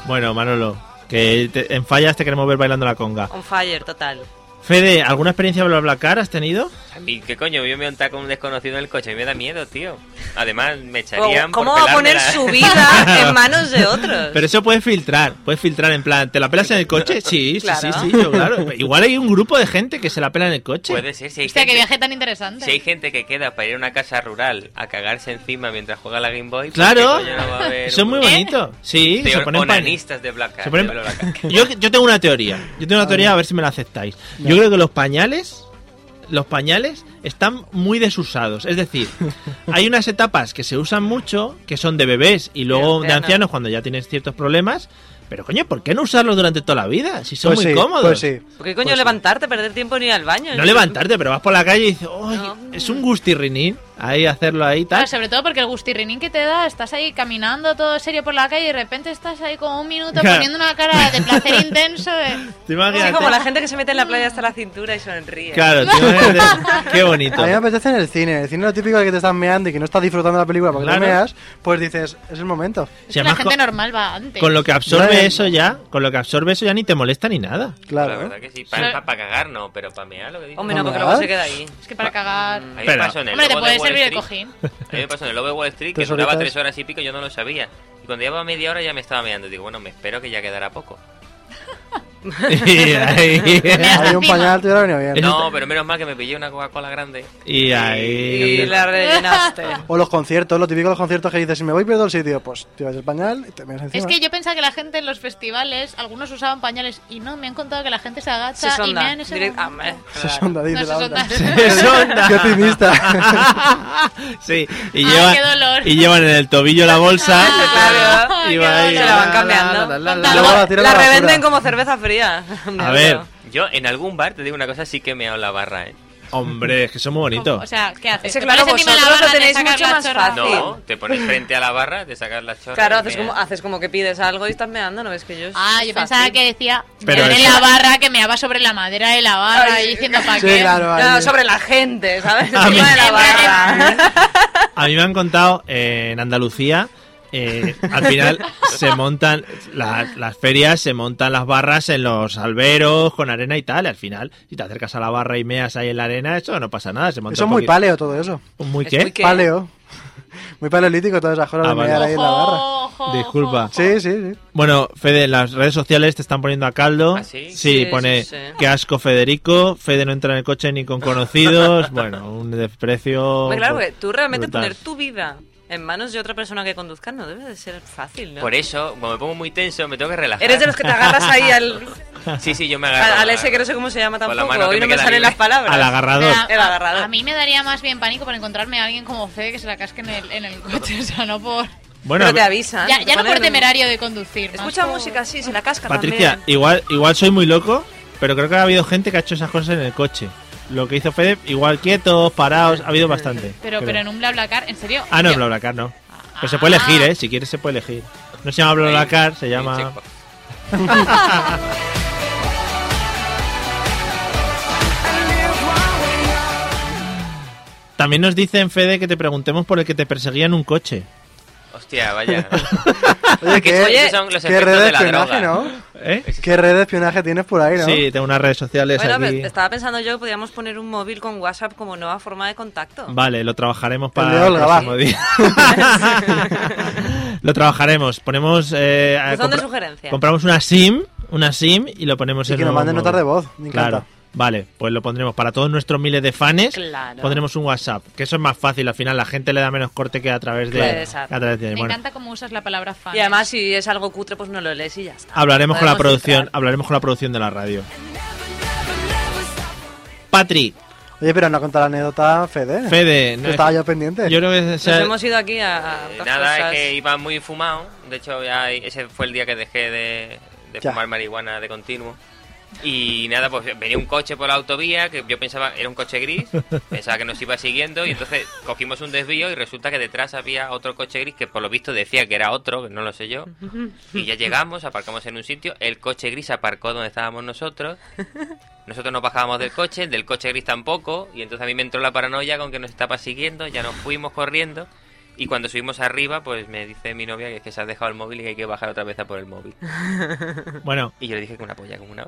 Speaker 2: Bueno, Manolo, que te- en fallas te queremos ver bailando la conga.
Speaker 4: On fire, total.
Speaker 2: Fede, ¿alguna experiencia BlaBlaCar has tenido?
Speaker 5: A mí, ¿qué coño? Yo me voy a montar con un desconocido en el coche y me da miedo, tío. Además, me echarían.
Speaker 4: ¿Cómo
Speaker 5: por
Speaker 4: va a poner
Speaker 5: pelármela.
Speaker 4: su vida en manos de otros?
Speaker 2: Pero eso puedes filtrar, puedes filtrar en plan, ¿te la pelas en el coche? Sí, sí,
Speaker 4: Claro.
Speaker 2: sí, sí, yo, claro. Igual hay un grupo de gente que se la pela en el coche.
Speaker 5: Puede ser, si hay,
Speaker 3: Hostia, qué
Speaker 5: gente,
Speaker 3: viaje tan interesante.
Speaker 5: si hay gente que queda para ir a una casa rural a cagarse encima mientras juega a la Game Boy. ¿por qué
Speaker 2: Claro,
Speaker 5: coño no va a haber
Speaker 2: son muy
Speaker 5: un ¿Eh? grupo
Speaker 2: bonitos. Sí,
Speaker 5: de
Speaker 2: se
Speaker 5: on-
Speaker 2: ponen pan-
Speaker 5: onanistas de Black Cat,
Speaker 2: Se ponen-
Speaker 5: de Black Cat.
Speaker 2: yo, yo tengo una teoría. Yo tengo una teoría, a ver si me la aceptáis. Yo creo que los pañales. Los pañales están muy desusados. Es decir, hay unas etapas que se usan mucho, que son de bebés y luego
Speaker 4: De
Speaker 2: de
Speaker 4: ancianos.
Speaker 2: ancianos cuando ya tienes ciertos problemas. Pero coño, ¿por qué no usarlos durante toda la vida? Si son
Speaker 6: Pues
Speaker 2: muy
Speaker 6: sí,
Speaker 2: cómodos.
Speaker 6: Pues sí.
Speaker 4: ¿Por qué coño levantarte, perder tiempo en ir al baño?
Speaker 2: No levantarte, pero vas por la calle y dices, "Ay,
Speaker 4: No.
Speaker 2: es un gustirrinín. Ahí hacerlo ahí tal.
Speaker 3: Claro, sobre todo porque el gustirrinín que te da, estás ahí caminando todo serio por la calle y de repente estás ahí como un minuto
Speaker 2: Claro.
Speaker 3: poniendo una cara de placer intenso. eh. de-
Speaker 2: Te
Speaker 4: Sí,
Speaker 2: imaginas,
Speaker 4: como la gente que se mete en la playa hasta la cintura y sonríe.
Speaker 2: Claro, te imaginas- qué bonito.
Speaker 6: A mí me apetece en el cine. El cine lo típico de que te estás meando y que no estás disfrutando la película porque
Speaker 2: Claro.
Speaker 6: te meas, pues dices, es el momento.
Speaker 3: Es
Speaker 2: Si
Speaker 3: que la
Speaker 2: además
Speaker 3: gente
Speaker 2: con-
Speaker 3: normal va antes.
Speaker 2: Con lo que absorbe
Speaker 6: Vale.
Speaker 2: eso ya, con lo que absorbe eso ya ni te molesta ni nada.
Speaker 5: La
Speaker 6: Claro.
Speaker 5: verdad que sí. Para, para cagar no, pero para mear lo que dices.
Speaker 4: Hombre, no, porque
Speaker 6: Hombre,
Speaker 4: luego se queda ahí.
Speaker 3: Es que para cagar...
Speaker 5: A mí me
Speaker 2: Espera.
Speaker 5: pasó en el
Speaker 3: Hombre, te
Speaker 5: lobo de
Speaker 3: puede
Speaker 5: Wall
Speaker 3: servir el
Speaker 5: Street.
Speaker 3: cojín.
Speaker 5: A mí me pasó en el lobo de Wall Street que
Speaker 6: Tres
Speaker 5: duraba
Speaker 6: horitas.
Speaker 5: tres horas y pico y yo no lo sabía. Y cuando llevaba media hora ya me estaba meando. Digo, bueno, me espero que ya quedará poco.
Speaker 2: y ahí,
Speaker 3: Hasta
Speaker 6: Hay un
Speaker 3: encima.
Speaker 6: pañal, te hubiera venido bien.
Speaker 5: No, pero menos mal que me pillé una Coca-Cola grande.
Speaker 2: y
Speaker 4: Y
Speaker 2: ahí-
Speaker 4: la rellenaste.
Speaker 6: O los conciertos, lo típico de los conciertos que dices, si me voy pierdo el sitio, pues te vas el pañal y te meas encima.
Speaker 3: Es que yo pensaba que la gente en los festivales, algunos usaban pañales y no, me han contado que la gente se
Speaker 4: Se
Speaker 3: agacha y
Speaker 4: sonda.
Speaker 3: mea en ese
Speaker 4: Direct- Ah,
Speaker 3: momento.
Speaker 4: hombre,
Speaker 6: Se
Speaker 4: claro.
Speaker 6: sonda, dice
Speaker 3: No,
Speaker 6: la
Speaker 3: se
Speaker 6: otra.
Speaker 3: sonda.
Speaker 2: ¡Es onda!
Speaker 6: Qué optimista.
Speaker 2: sí, y
Speaker 3: Ay,
Speaker 2: llevan,
Speaker 3: qué dolor.
Speaker 2: y llevan en el tobillo la bolsa.
Speaker 4: Ah,
Speaker 2: y
Speaker 3: qué
Speaker 2: va
Speaker 3: dolor.
Speaker 2: ahí,
Speaker 4: Se la van cambiando.
Speaker 2: la, la, la,
Speaker 6: Y
Speaker 2: la,
Speaker 6: luego
Speaker 2: la.
Speaker 6: la tiran a
Speaker 4: la
Speaker 6: la basura.
Speaker 4: revenden como cerveza fría.
Speaker 2: A ver,
Speaker 5: Yo en algún bar, te digo una cosa, sí que me he meado en la barra, ¿eh?
Speaker 2: hombre, es que son muy
Speaker 3: O
Speaker 2: bonitos.
Speaker 3: sea, ¿qué haces?
Speaker 4: Ese,
Speaker 3: ¿Te
Speaker 4: claro,
Speaker 3: pones encima de la
Speaker 4: vosotros lo
Speaker 3: barra, te
Speaker 4: tenéis
Speaker 3: sacas
Speaker 4: mucho
Speaker 3: la
Speaker 4: más
Speaker 3: chorra?
Speaker 4: fácil.
Speaker 5: No, te pones frente a la barra, te sacas las chorras.
Speaker 4: Claro,
Speaker 5: y
Speaker 4: haces como,
Speaker 5: meas.
Speaker 4: haces como que pides algo y estás meando, ¿no ves que yo?
Speaker 3: Ah, yo pensaba
Speaker 4: fácil.
Speaker 3: que decía
Speaker 2: Pero
Speaker 3: en
Speaker 2: eso-
Speaker 3: la barra que meaba sobre la madera de la barra
Speaker 4: Ay,
Speaker 3: y diciendo pa'
Speaker 6: Sí,
Speaker 3: qué.
Speaker 6: claro, ahí.
Speaker 4: No, sobre la gente, ¿sabes?
Speaker 2: A mí-
Speaker 4: Encima de la barra.
Speaker 2: A mí me han contado eh, en Andalucía. eh, al final se montan la- las ferias, se montan las barras en los alberos con arena y tal. y al final, si te acercas a la barra y meas ahí en la arena, eso no pasa nada. Se monta
Speaker 6: Eso es
Speaker 2: un
Speaker 6: muy
Speaker 2: poquito-
Speaker 6: paleo todo eso.
Speaker 2: ¿Muy
Speaker 4: Es
Speaker 2: qué?
Speaker 4: muy ¿Qué?
Speaker 6: Paleo. Muy paleolítico todas esas cosas
Speaker 2: Ah,
Speaker 6: de
Speaker 2: vale.
Speaker 6: mear ahí en la barra.
Speaker 3: Ojo, ojo,
Speaker 2: Disculpa.
Speaker 3: ojo.
Speaker 6: Sí, sí, sí.
Speaker 2: Bueno, Fede, en las redes sociales te están poniendo a caldo.
Speaker 5: ¿Ah, sí?
Speaker 2: Sí,
Speaker 4: Sí,
Speaker 2: pone
Speaker 4: sí, sí.
Speaker 2: que asco Federico, Fede no entra en el coche ni con conocidos. bueno, un desprecio.
Speaker 5: pues,
Speaker 4: Hombre, claro, que tú realmente
Speaker 2: brutal.
Speaker 4: poner tu vida En manos de otra persona que conduzca no debe de ser fácil, ¿no?
Speaker 5: Por eso, como me pongo muy tenso, me tengo que relajar.
Speaker 4: ah. Eres de los que te agarras ahí al,
Speaker 5: Sí, sí, yo me agarro.
Speaker 4: al, al ese que no sé cómo se llama
Speaker 5: Con la
Speaker 4: tampoco.
Speaker 5: mano que
Speaker 4: Hoy no
Speaker 5: me
Speaker 4: me
Speaker 5: queda
Speaker 4: salen
Speaker 5: libre.
Speaker 4: las palabras.
Speaker 2: Al agarrador.
Speaker 3: Me da-
Speaker 4: El agarrador.
Speaker 3: A mí me daría más bien pánico por encontrarme a alguien como Fede que se la casque en el, en el coche, o sea, no por...
Speaker 2: Bueno,
Speaker 4: Pero te avisan.
Speaker 3: Ya,
Speaker 4: Ah, te
Speaker 3: ya no
Speaker 4: ponen-
Speaker 3: por temerario de conducir. más
Speaker 4: Escucha
Speaker 3: por-
Speaker 4: música, sí, se la casca
Speaker 2: Patricia,
Speaker 4: también.
Speaker 2: igual, igual soy muy loco, pero creo que ha habido gente que ha hecho esas cosas en el coche. Lo que hizo Fede, igual quietos, parados, ha habido bastante.
Speaker 3: Pero,
Speaker 2: creo.
Speaker 3: pero en un BlaBlaCar, ¿en serio?
Speaker 2: Ah, no,
Speaker 3: Yo-
Speaker 2: BlaBlaCar no. Pero se puede elegir, ¿eh? Si quieres se puede elegir. No se llama BlaBlaCar, se llama... También nos dicen, Fede, que te preguntemos por el que te perseguía en un coche.
Speaker 5: Hostia, vaya.
Speaker 6: Oye,
Speaker 5: que
Speaker 6: qué,
Speaker 5: esos son los
Speaker 6: qué
Speaker 5: efectos
Speaker 6: red
Speaker 5: de
Speaker 6: de
Speaker 5: la
Speaker 6: espionaje,
Speaker 5: droga.
Speaker 6: ¿no?
Speaker 2: ¿Eh?
Speaker 6: Qué red de espionaje tienes por ahí, ¿no?
Speaker 2: Sí, tengo unas redes sociales
Speaker 4: Bueno,
Speaker 2: aquí.
Speaker 4: pues, estaba pensando yo que podíamos poner un móvil con WhatsApp como nueva forma de contacto.
Speaker 2: Vale, lo trabajaremos
Speaker 6: El de
Speaker 2: para el
Speaker 6: Olga,
Speaker 2: próximo
Speaker 6: va.
Speaker 2: día. lo trabajaremos. Ponemos. Eh,
Speaker 4: Pues
Speaker 2: compra-
Speaker 4: dónde sugerencia.
Speaker 2: Compramos una SIM, una SIM y lo ponemos
Speaker 6: Y
Speaker 2: en
Speaker 6: que nos
Speaker 2: un
Speaker 6: manden notas
Speaker 2: móvil.
Speaker 6: de voz, me encanta.
Speaker 2: Claro. Vale, pues lo pondremos para todos nuestros miles de fans.
Speaker 4: Claro.
Speaker 2: Pondremos un WhatsApp, que eso es más fácil. Al final la gente le da menos corte que a través de.
Speaker 4: Exacto.
Speaker 2: que a través de
Speaker 3: Me
Speaker 2: bueno,
Speaker 3: encanta cómo usas la palabra fan.
Speaker 4: Y además, si es algo cutre, pues no lo lees y ya está.
Speaker 2: hablaremos con la
Speaker 4: Podemos
Speaker 2: producción,
Speaker 4: entrar.
Speaker 2: hablaremos con la producción de la radio. Patri,
Speaker 6: Oye, pero no contar la anécdota, Fede.
Speaker 2: Fede,
Speaker 6: Que
Speaker 2: no-
Speaker 6: Estaba yo pendiente.
Speaker 2: yo creo que o sea,
Speaker 4: Nos hemos ido aquí a. a
Speaker 5: Eh,
Speaker 4: otras
Speaker 5: Nada,
Speaker 4: cosas.
Speaker 5: es que iba muy fumado. De hecho, ya ese fue el día que dejé de, de
Speaker 6: Ya.
Speaker 5: fumar marihuana de continuo. Y nada, pues venía un coche por la autovía que yo pensaba era un coche gris, pensaba que nos iba siguiendo y entonces cogimos un desvío y resulta que detrás había otro coche gris que por lo visto decía que era otro, que no lo sé yo. Y ya llegamos, aparcamos en un sitio, el coche gris aparcó donde estábamos nosotros, nosotros nos bajábamos del coche, del coche gris tampoco, y entonces a mí me entró la paranoia con que nos estaba siguiendo, ya nos fuimos corriendo, y cuando subimos arriba, pues me dice mi novia que, es que se ha dejado el móvil y que hay que bajar otra vez a por el móvil.
Speaker 2: bueno,
Speaker 5: Y yo le dije que una polla, como una...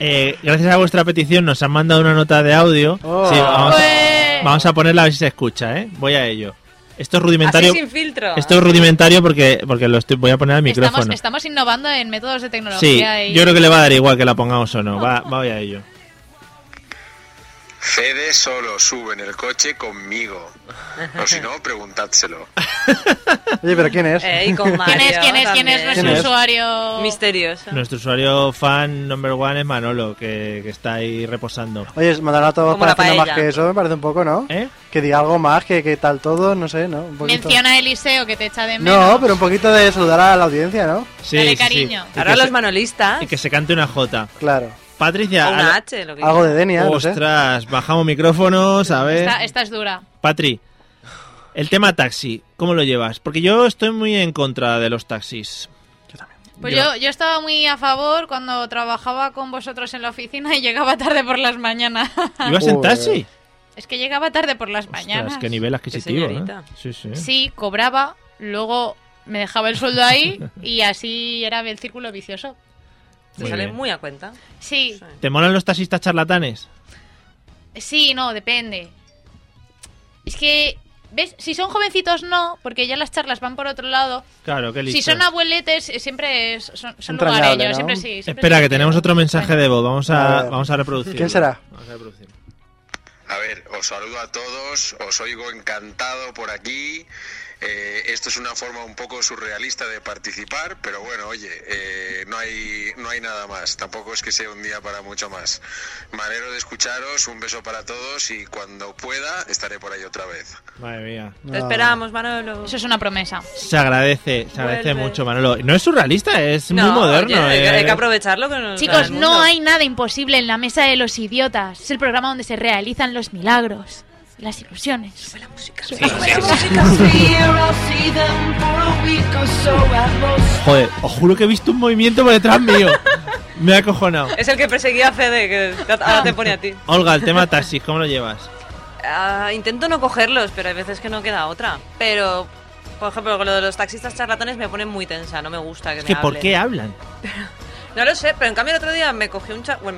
Speaker 2: Eh, gracias a vuestra petición nos han mandado una nota de audio.
Speaker 6: Oh.
Speaker 2: Sí, vamos,
Speaker 3: Ué.
Speaker 2: vamos a ponerla a ver si se escucha, ¿eh? Voy a ello. Esto es rudimentario.
Speaker 4: Así sin filtro.
Speaker 2: Esto es rudimentario porque, porque lo estoy, voy a poner al
Speaker 3: Estamos,
Speaker 2: micrófono.
Speaker 3: estamos innovando en métodos de
Speaker 2: sí,
Speaker 3: tecnología. Oh. y...
Speaker 2: yo creo que le va a dar igual que la pongamos o no. Va, voy a ello.
Speaker 10: Fede solo sube en el coche conmigo. O si no, preguntádselo.
Speaker 6: Oye, pero ¿quién es?
Speaker 4: Eh, y con
Speaker 3: ¿Quién es,
Speaker 4: Mario
Speaker 3: quién es, quién es
Speaker 4: también.
Speaker 3: nuestro
Speaker 6: ¿Quién es?
Speaker 3: usuario?
Speaker 4: Misterioso.
Speaker 2: Nuestro usuario fan number one es Manolo, que, que está ahí reposando.
Speaker 6: Oye, mandar a todos
Speaker 4: Como
Speaker 6: para
Speaker 4: la
Speaker 6: hacer nada más
Speaker 4: paella.
Speaker 6: que eso, me parece un poco, ¿no?
Speaker 2: ¿Eh?
Speaker 6: Que diga algo más, que, que tal todo, no sé, ¿no? Un poquito.
Speaker 3: Menciona a Eliseo que te echa de menos.
Speaker 6: No, pero un poquito de saludar a la audiencia, ¿no?
Speaker 2: Sí,
Speaker 3: Dale
Speaker 2: sí, sí.
Speaker 3: cariño.
Speaker 2: Y que
Speaker 4: Ahora los
Speaker 2: se-
Speaker 4: manolistas.
Speaker 2: Y que se cante una J.
Speaker 6: Claro.
Speaker 2: Patricia.
Speaker 4: O
Speaker 2: a la-
Speaker 4: una H, lo que
Speaker 6: Algo de Denia, no sé.
Speaker 2: Ostras, bajamos micrófonos, a ver.
Speaker 3: Esta, esta es dura.
Speaker 2: Patri, el tema taxi, ¿cómo lo llevas? Porque yo estoy muy en contra de los taxis.
Speaker 3: Pues
Speaker 2: Yo-
Speaker 3: yo, yo estaba muy a favor cuando trabajaba con vosotros en la oficina y llegaba tarde por las mañanas.
Speaker 2: ¿Ibas en
Speaker 6: Joder.
Speaker 2: taxi?
Speaker 3: es que llegaba tarde por las mañanas.
Speaker 2: Ostras, qué nivel adquisitivo,
Speaker 4: Qué
Speaker 2: ¿eh?
Speaker 4: señorita.
Speaker 2: Sí, sí.
Speaker 3: Sí, cobraba, luego me dejaba el sueldo ahí y así era el círculo vicioso.
Speaker 4: Te
Speaker 2: Muy
Speaker 4: sale
Speaker 2: bien.
Speaker 4: muy a cuenta.
Speaker 3: Sí,
Speaker 2: ¿Te molan los taxistas charlatanes?
Speaker 3: sí, no, depende. Es que, ¿ves? Si son jovencitos no, porque ya las charlas van por otro lado.
Speaker 2: Claro, qué listo.
Speaker 3: Si son abueletes, eh, siempre es- son, son
Speaker 6: Entrañable,
Speaker 3: lugareños,
Speaker 6: ¿no?
Speaker 3: siempre sí. siempre
Speaker 2: Espera,
Speaker 3: sí.
Speaker 2: que tenemos otro mensaje de voz. Vamos
Speaker 6: A
Speaker 2: a,
Speaker 6: ver.
Speaker 2: vamos a reproducir.
Speaker 6: ¿Quién será?
Speaker 2: Vamos a reproducirlo.
Speaker 10: A ver, os saludo a todos, os oigo encantado por aquí. Eh, esto es una forma un poco surrealista de participar, pero bueno, oye, eh, no, hay, no hay nada más. Tampoco es que sea un día para mucho más. Manero de escucharos, un beso para todos y cuando pueda estaré por ahí otra vez.
Speaker 2: Madre mía.
Speaker 4: Te esperamos, Manolo.
Speaker 3: Eso es una promesa.
Speaker 2: Se agradece, se agradece
Speaker 4: Vuelve.
Speaker 2: mucho, Manolo. No es surrealista, es
Speaker 4: No,
Speaker 2: muy moderno.
Speaker 4: oye, hay, que,
Speaker 2: eh.
Speaker 4: hay que aprovecharlo. Que nos da
Speaker 3: Chicos,
Speaker 4: el
Speaker 3: no
Speaker 4: mundo.
Speaker 3: hay nada imposible en la mesa de los idiotas. Es el programa donde se realizan los milagros, las ilusiones.
Speaker 5: Sí, sí, sí.
Speaker 2: Joder, os juro que he visto un movimiento por detrás mío. Me ha acojonado.
Speaker 4: Es el que perseguía a Fede, que te- ahora te pone a ti.
Speaker 2: Olga, el tema taxis, ¿cómo lo llevas?
Speaker 4: Ah, intento no cogerlos, pero hay veces que no queda otra. Pero, por ejemplo, con lo de los taxistas charlatanes me ponen muy tensa, no me gusta que
Speaker 2: Es
Speaker 4: me
Speaker 2: que ¿por
Speaker 4: hablen.
Speaker 2: qué hablan?
Speaker 4: No lo sé, pero en cambio el otro día me cogí un chaval...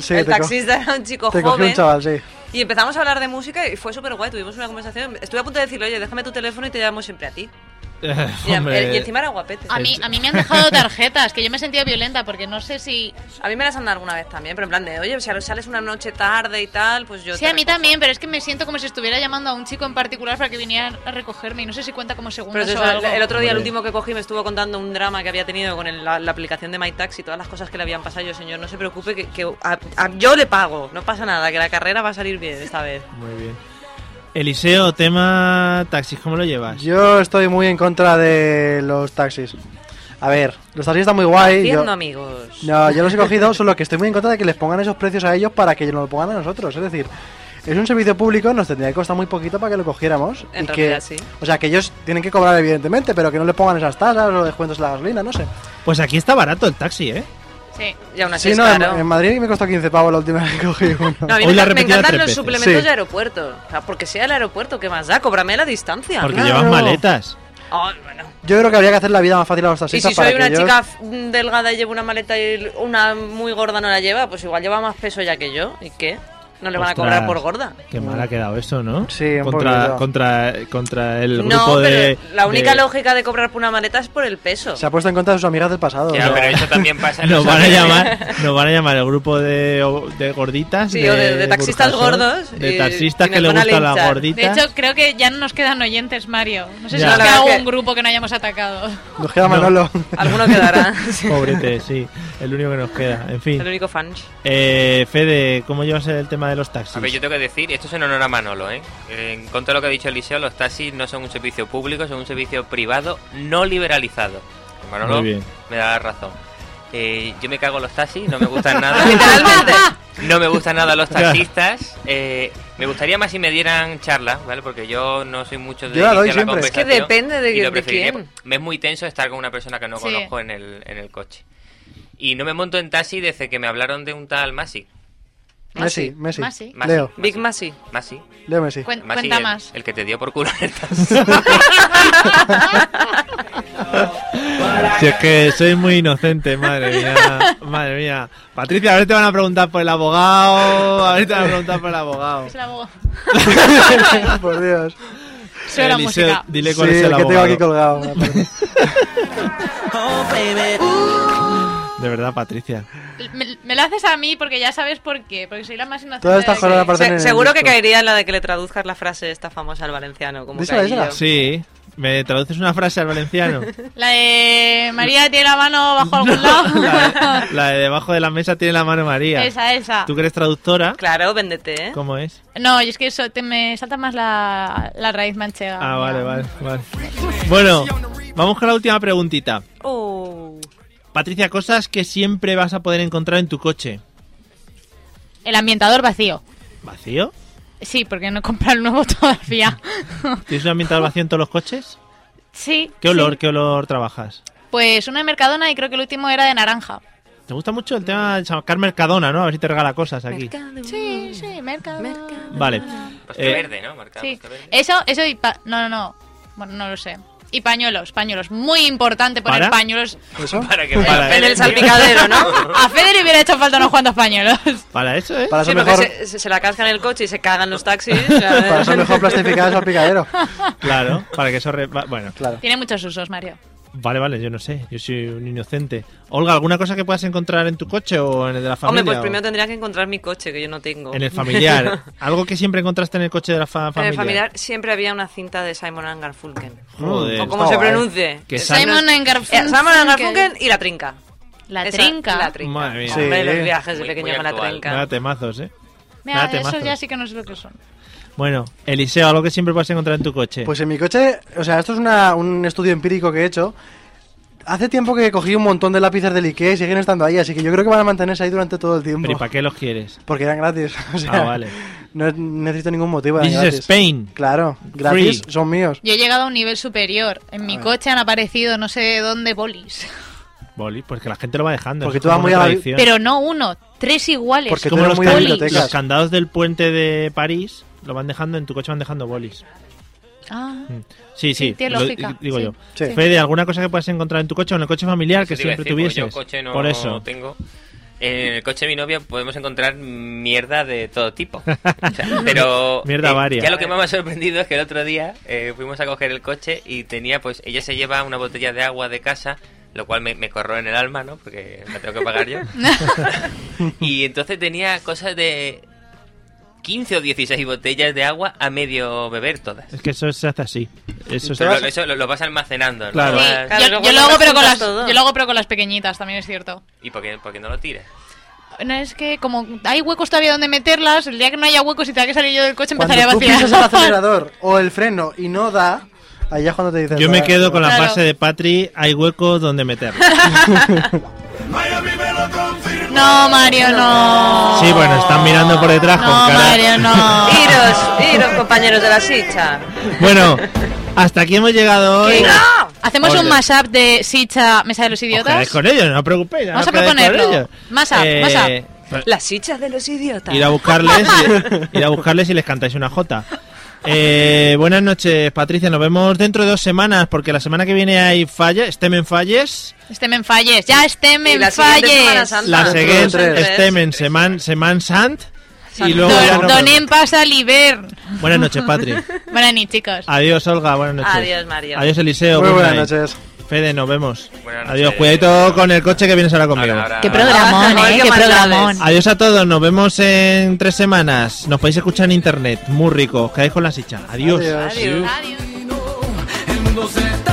Speaker 6: Sí,
Speaker 4: el
Speaker 6: te co-
Speaker 4: taxista era un chico
Speaker 6: Te cogí
Speaker 4: joven
Speaker 6: un chaval, sí.
Speaker 4: y empezamos a hablar de música y fue súper guay, tuvimos una conversación. Estuve a punto de decirle, oye, déjame tu teléfono y te llamo siempre a ti. Y, a-
Speaker 2: Hombre.
Speaker 4: y encima era guapete.
Speaker 3: A mí, a mí me han dejado tarjetas, que yo me sentía violenta porque no sé si...
Speaker 4: A mí me las han dado alguna vez también, pero en plan de, oye, si sales una noche tarde y tal, pues yo...
Speaker 3: Sí,
Speaker 4: te
Speaker 3: a mí
Speaker 4: recojo".
Speaker 3: también, pero es que me siento como si estuviera llamando a un chico en particular para que viniera a recogerme y no sé si cuenta como
Speaker 4: Pero
Speaker 3: segundos
Speaker 4: eso,
Speaker 3: o algo.
Speaker 4: el otro día, el
Speaker 2: Hombre.
Speaker 4: último que cogí, me estuvo contando un drama que había tenido con el- la, la aplicación de MyTaxi y todas las cosas que le habían pasado. Yo, señor, no se preocupe, que, que a- a- yo le pago. No pasa nada, que la carrera va a salir bien esta vez.
Speaker 2: Muy bien. Eliseo, tema taxis, ¿cómo lo llevas?
Speaker 6: Yo estoy muy en contra de los taxis. A ver, los taxis están muy guay.
Speaker 4: Haciendo
Speaker 6: yo-
Speaker 4: amigos.
Speaker 6: No, yo los he cogido, solo que estoy muy en contra de que les pongan esos precios a ellos para que nos lo pongan a nosotros. Es decir, es un servicio público, nos tendría que costar muy poquito para que lo cogiéramos.
Speaker 4: En
Speaker 6: y
Speaker 4: realidad,
Speaker 6: que,
Speaker 4: sí.
Speaker 6: O sea, que ellos tienen que cobrar, evidentemente, pero que no le pongan esas tasas o descuentos en la gasolina, no sé.
Speaker 2: Pues aquí está barato el taxi, ¿eh?
Speaker 3: Sí.
Speaker 4: Y aún así
Speaker 6: Sí,
Speaker 4: es
Speaker 6: no, en-
Speaker 4: caro.
Speaker 6: en, Madrid me costó 15 pavos la última vez que cogí uno.
Speaker 4: No, a mí
Speaker 2: Hoy la
Speaker 4: me,
Speaker 2: he
Speaker 4: me
Speaker 2: repetido
Speaker 4: encantan
Speaker 2: tres
Speaker 4: los
Speaker 2: veces.
Speaker 4: suplementos
Speaker 6: Sí.
Speaker 4: de aeropuerto. O sea, porque sea el aeropuerto, ¿qué más da? Cóbrame la distancia.
Speaker 2: Porque
Speaker 6: claro.
Speaker 2: llevas maletas.
Speaker 4: Ay, bueno.
Speaker 6: Yo creo que habría que hacer la vida más fácil a los
Speaker 2: Pues
Speaker 4: Y
Speaker 6: taxistas
Speaker 4: si
Speaker 6: para
Speaker 4: soy una
Speaker 6: que ellos-
Speaker 4: chica f- mm, delgada y llevo una maleta y una muy gorda no la lleva, pues igual lleva más peso ya que yo. ¿Y qué? No le van a cobrar
Speaker 2: Ostras,
Speaker 4: por gorda.
Speaker 2: Qué mal ha quedado eso, ¿no?
Speaker 6: Sí, un
Speaker 2: contra,
Speaker 6: poquito.
Speaker 2: contra, contra el grupo
Speaker 4: No,
Speaker 2: de.
Speaker 4: pero la única
Speaker 2: de-
Speaker 4: lógica de cobrar por una maleta es por el peso.
Speaker 6: Se ha puesto en contra de sus amigas del pasado.
Speaker 5: Ya,
Speaker 6: ¿no?
Speaker 5: pero eso también pasa en
Speaker 2: Nos
Speaker 5: los
Speaker 2: van a
Speaker 5: aviones.
Speaker 2: llamar, nos van a llamar el grupo de, o- de gorditas.
Speaker 4: Sí, o de- de taxistas
Speaker 2: Burjasot,
Speaker 4: gordos
Speaker 2: De
Speaker 4: y-
Speaker 2: taxistas
Speaker 4: y
Speaker 2: que
Speaker 4: nos
Speaker 2: le
Speaker 4: van a
Speaker 2: gustan las
Speaker 4: linchar.
Speaker 3: De
Speaker 2: gorditas.
Speaker 3: hecho, creo que ya no nos quedan oyentes, Mario. No sé si
Speaker 2: Ya. No,
Speaker 3: nos
Speaker 2: la
Speaker 3: queda
Speaker 4: verdad
Speaker 3: algún
Speaker 4: que-
Speaker 3: grupo que no hayamos atacado.
Speaker 6: Nos queda
Speaker 2: No.
Speaker 6: Manolo.
Speaker 4: Alguno quedará.
Speaker 2: Pobrete, sí. El único que nos queda. En
Speaker 4: El
Speaker 2: fin.
Speaker 4: único fan.
Speaker 2: Eh, Fede, ¿cómo llevas el tema de los taxis?
Speaker 5: A ver, yo tengo que decir, esto es en honor a Manolo, ¿eh? En contra de lo que ha dicho Eliseo, los taxis no son un servicio público, son un servicio privado no liberalizado. Manolo
Speaker 2: Muy bien.
Speaker 5: me da la razón. Eh, yo me cago en los taxis, no me gustan nada.
Speaker 4: Literalmente.
Speaker 5: No me gustan nada los taxistas. Eh, me gustaría más si me dieran charlas, ¿vale? Porque yo no soy mucho de
Speaker 6: Yo la doy
Speaker 5: iniciar
Speaker 6: siempre.
Speaker 5: conversación
Speaker 4: Es que depende de
Speaker 5: y lo
Speaker 4: que- de
Speaker 5: preferiría.
Speaker 4: quién.
Speaker 5: Me es muy tenso estar con una persona que no
Speaker 3: Sí.
Speaker 5: conozco en el, en el coche. Y no me monto en taxi desde que me hablaron de un tal Masi.
Speaker 6: Messi, Messi.
Speaker 3: Masi.
Speaker 5: Masi,
Speaker 6: Leo.
Speaker 4: Big Masi.
Speaker 5: Masi.
Speaker 6: Leo Messi.
Speaker 3: Cuen-
Speaker 5: Masi,
Speaker 3: cuenta
Speaker 5: el-
Speaker 3: más.
Speaker 5: El, que te dio por culo en el taxi.
Speaker 2: Si es que soy muy inocente, madre mía, madre mía. Patricia, a ver te van a preguntar por el abogado, a ver te van a preguntar por el abogado.
Speaker 3: Es la voz.
Speaker 6: Por Dios.
Speaker 3: Sube la
Speaker 2: Eliseo,
Speaker 3: música.
Speaker 2: Dile
Speaker 6: Sí,
Speaker 2: cuál es el
Speaker 6: el que tengo
Speaker 2: abogado.
Speaker 6: aquí colgado.
Speaker 8: Oh, baby.
Speaker 2: De verdad, Patricia.
Speaker 3: Me, me la haces a mí porque ya sabes por qué. Porque soy la más inocente.
Speaker 6: Todas estas
Speaker 3: de
Speaker 6: cosas
Speaker 3: aquí.
Speaker 6: aparte-
Speaker 4: Se-
Speaker 6: en el
Speaker 4: seguro que
Speaker 6: disco.
Speaker 4: caería en la de que le traduzcas la frase esta famosa al valenciano. Como
Speaker 6: Dísela,
Speaker 4: caí
Speaker 6: dísela.
Speaker 4: yo.
Speaker 2: Sí, ¿me traduces una frase al valenciano?
Speaker 3: La de María tiene la mano bajo algún
Speaker 2: La,
Speaker 3: lado.
Speaker 2: de, la de debajo de la mesa tiene la mano María.
Speaker 3: esa, esa.
Speaker 2: ¿Tú que eres traductora?
Speaker 4: Claro, véndete, ¿eh?
Speaker 2: ¿Cómo es?
Speaker 3: No, y es que eso, te, me salta más la, la raíz manchega.
Speaker 2: Ah, vale, vale, vale. Bueno, vamos con la última preguntita.
Speaker 4: Oh.
Speaker 2: Patricia, cosas que siempre vas a poder encontrar en tu coche.
Speaker 3: El ambientador vacío.
Speaker 2: ¿Vacío?
Speaker 3: Sí, porque no he comprado el nuevo todavía.
Speaker 2: ¿Tienes un ambientador vacío en todos los coches?
Speaker 3: sí.
Speaker 2: ¿Qué olor,
Speaker 3: sí.
Speaker 2: qué olor trabajas?
Speaker 3: Pues uno de Mercadona y creo que el último era de naranja.
Speaker 2: Te gusta mucho el tema de sacar Mercadona, ¿no? A ver si te regala cosas aquí.
Speaker 3: Sí, sí, Mercadona.
Speaker 2: Vale.
Speaker 5: Coste
Speaker 2: Eh,
Speaker 5: verde, ¿no? Marcado
Speaker 3: Sí. Eh,
Speaker 5: coste verde.
Speaker 3: Eso, eso y pa- no, no, no. Bueno, no lo sé. Y pañuelos, pañuelos. Muy importante poner
Speaker 2: ¿Para?
Speaker 3: pañuelos.
Speaker 6: ¿Eso?
Speaker 5: Para que
Speaker 2: Para-
Speaker 5: vaya
Speaker 4: En el
Speaker 5: Félix.
Speaker 4: salpicadero, ¿no?
Speaker 3: A Fede le hubiera hecho falta unos cuantos pañuelos.
Speaker 2: Para eso, ¿eh?
Speaker 6: Para
Speaker 4: Sí,
Speaker 6: eso
Speaker 4: porque
Speaker 6: mejor,
Speaker 4: se, se- se la casca en el coche y se cagan los taxis. eh,
Speaker 6: para eso mejor plastificar eso al picadero.
Speaker 2: Claro, para que eso... re- va- Bueno,
Speaker 6: Claro.
Speaker 3: Tiene muchos usos, Mario.
Speaker 2: vale, vale, yo no sé. Yo soy un inocente. Olga, ¿alguna cosa que puedas encontrar en tu coche o en el de la familia?
Speaker 4: Hombre, pues
Speaker 2: o
Speaker 4: primero tendría que encontrar mi coche, que yo no tengo.
Speaker 2: En el familiar. ¿Algo que siempre encontraste en el coche de la fa-
Speaker 4: En
Speaker 2: familia?
Speaker 4: el familiar siempre había una cinta de Simon and Garfunkel.
Speaker 2: Joder.
Speaker 4: O como
Speaker 6: está
Speaker 4: se
Speaker 6: guay.
Speaker 4: pronuncie.
Speaker 2: Que
Speaker 4: Eh,
Speaker 2: Simon
Speaker 4: Simon
Speaker 3: and Garfunkel.
Speaker 4: and Garfunkel y la trinca.
Speaker 3: La
Speaker 4: Esa,
Speaker 3: trinca.
Speaker 4: La trinca.
Speaker 2: Madre mía.
Speaker 4: Hombre,
Speaker 6: Sí.
Speaker 4: los viajes de
Speaker 5: Muy-
Speaker 4: pequeño
Speaker 5: muy
Speaker 4: con la
Speaker 5: actual.
Speaker 4: trinca.
Speaker 2: Nada, temazos, ¿eh?
Speaker 3: Mira,
Speaker 2: Nada,
Speaker 3: eso
Speaker 2: temazo.
Speaker 3: ya sí que no sé lo que son.
Speaker 2: Bueno, Eliseo, ¿algo que siempre puedes encontrar en tu coche?
Speaker 6: Pues en mi coche, o sea, esto es una- un estudio empírico que he hecho. Hace tiempo que cogí un montón de lápices del Ikea y siguen estando ahí, así que yo creo que van a mantenerse ahí durante todo el tiempo.
Speaker 2: Pero, ¿y para qué los quieres?
Speaker 6: Porque eran gratis. O sea,
Speaker 2: Ah, vale.
Speaker 6: No necesito ningún motivo. eran
Speaker 2: This is
Speaker 6: gratis.
Speaker 2: Spain.
Speaker 6: Claro, gratis
Speaker 2: Free.
Speaker 6: son míos.
Speaker 3: Yo he llegado a un nivel superior. En mi coche han aparecido no sé de dónde bolis.
Speaker 2: Boli, pues que la gente lo va dejando.
Speaker 6: Porque
Speaker 2: eso
Speaker 6: tú
Speaker 2: es
Speaker 6: vas
Speaker 2: como
Speaker 6: muy
Speaker 2: una
Speaker 6: a la-
Speaker 2: tradición.
Speaker 3: Pero no uno, tres iguales.
Speaker 6: Porque tú
Speaker 2: como
Speaker 6: eres
Speaker 2: los,
Speaker 6: muy de
Speaker 2: can-
Speaker 6: bibliotecas.
Speaker 2: los candados del puente de París lo van dejando en tu coche, van dejando bolis.
Speaker 3: Ah,
Speaker 2: Sí,
Speaker 3: Sí,
Speaker 2: sí,
Speaker 3: tiene
Speaker 2: lo-
Speaker 3: lógica,
Speaker 2: digo
Speaker 3: sí.
Speaker 2: yo.
Speaker 6: Sí.
Speaker 2: Fede, ¿alguna cosa que puedas encontrar en tu coche o en el coche familiar
Speaker 5: Eso
Speaker 2: que
Speaker 5: te iba a
Speaker 2: siempre
Speaker 5: decir, porque
Speaker 2: tuvieses?
Speaker 5: Yo coche no
Speaker 2: Por eso.
Speaker 5: tengo. en el coche de mi novia podemos encontrar mierda de todo tipo. O sea, pero
Speaker 2: Mierda
Speaker 5: eh,
Speaker 2: varia.
Speaker 5: ya lo que más me ha sorprendido es que el otro día eh, fuimos a coger el coche y tenía, pues, ella se lleva una botella de agua de casa, lo cual me, me corró en el alma, ¿no? Porque la tengo que pagar yo. y entonces tenía cosas de 15 o 16 botellas de agua a medio beber todas.
Speaker 2: Es que eso se hace así. Eso se
Speaker 5: Pero eso lo, lo vas almacenando, ¿no?
Speaker 2: Claro.
Speaker 5: Lo
Speaker 3: Sí,
Speaker 5: vas-
Speaker 4: Claro,
Speaker 3: yo,
Speaker 4: luego
Speaker 3: yo lo
Speaker 4: lo
Speaker 3: hago, pero con las,
Speaker 4: juntas todo.
Speaker 3: yo lo hago pero con las pequeñitas, también es cierto.
Speaker 5: ¿Y por qué, por qué no lo tiras?
Speaker 3: No es que como hay huecos todavía donde meterlas, el día que no haya huecos y tenga que salir yo del coche
Speaker 6: Cuando
Speaker 3: empezaré a
Speaker 6: tú
Speaker 3: vaciar.
Speaker 6: pisas el acelerador o el freno y no da, allá es cuando te dicen.
Speaker 2: Yo me
Speaker 6: "Ah,
Speaker 2: quedo con la
Speaker 3: Claro.
Speaker 2: frase de Patri, hay hueco donde meterlo.
Speaker 3: No, Mario, no.
Speaker 2: Sí, bueno, están mirando por detrás
Speaker 3: No,
Speaker 2: con cara-
Speaker 3: Mario, no.
Speaker 4: Iros, iros, compañeros de la sicha.
Speaker 2: Bueno, hasta aquí hemos llegado hoy.
Speaker 4: Que no.
Speaker 3: Hacemos
Speaker 2: Orden.
Speaker 3: un mashup de Sicha, Mesa de los
Speaker 2: Os
Speaker 3: Idiotas.
Speaker 2: quedáis eh, con ellos, no os preocupéis. no os
Speaker 3: Vamos a
Speaker 2: quedáis con
Speaker 3: proponerlo.
Speaker 2: ellos.
Speaker 3: Más up, más
Speaker 2: pues,
Speaker 4: Las sichas de los idiotas.
Speaker 2: Ir a buscarles, y- ir a buscarles y les cantáis una jota. Eh, buenas noches, Patricia. Nos vemos dentro de dos semanas, porque la semana que viene hay fallas, Stemen falles,
Speaker 3: Estem en falles, Este ya este estem
Speaker 4: Y
Speaker 3: en
Speaker 4: la siguiente Semana
Speaker 3: falles.
Speaker 4: Santa.
Speaker 2: la
Speaker 6: Dentro de
Speaker 2: siguiente
Speaker 6: tres.
Speaker 2: Stemen Seman Seman Sant y
Speaker 4: Sant.
Speaker 2: luego ya
Speaker 3: Don,
Speaker 2: no-
Speaker 3: donem pas a l'hivern.
Speaker 2: Buenas noches, Patri.
Speaker 3: Buenas noches, chicos.
Speaker 2: Adiós, Olga. Buenas noches.
Speaker 4: Adiós, Mario.
Speaker 2: Adiós, Eliseo.
Speaker 6: Muy
Speaker 2: good
Speaker 6: buenas
Speaker 2: night.
Speaker 6: noches.
Speaker 2: Fede, nos vemos.
Speaker 5: Buenas
Speaker 2: Adiós,
Speaker 5: noches.
Speaker 2: cuidadito con el coche que vienes ahora conmigo.
Speaker 5: Ahora- ahora-
Speaker 3: Qué
Speaker 5: ahora-
Speaker 3: programón,
Speaker 4: Joder,
Speaker 3: eh,
Speaker 4: qué
Speaker 3: qué
Speaker 4: maldades.
Speaker 3: programón.
Speaker 2: Adiós a todos, nos vemos en tres semanas. Nos podéis escuchar en internet, muy rico. Os Quedáis con la sicha. Adiós.
Speaker 6: Adiós.
Speaker 4: Adiós.
Speaker 3: Adiós.
Speaker 9: El mundo se está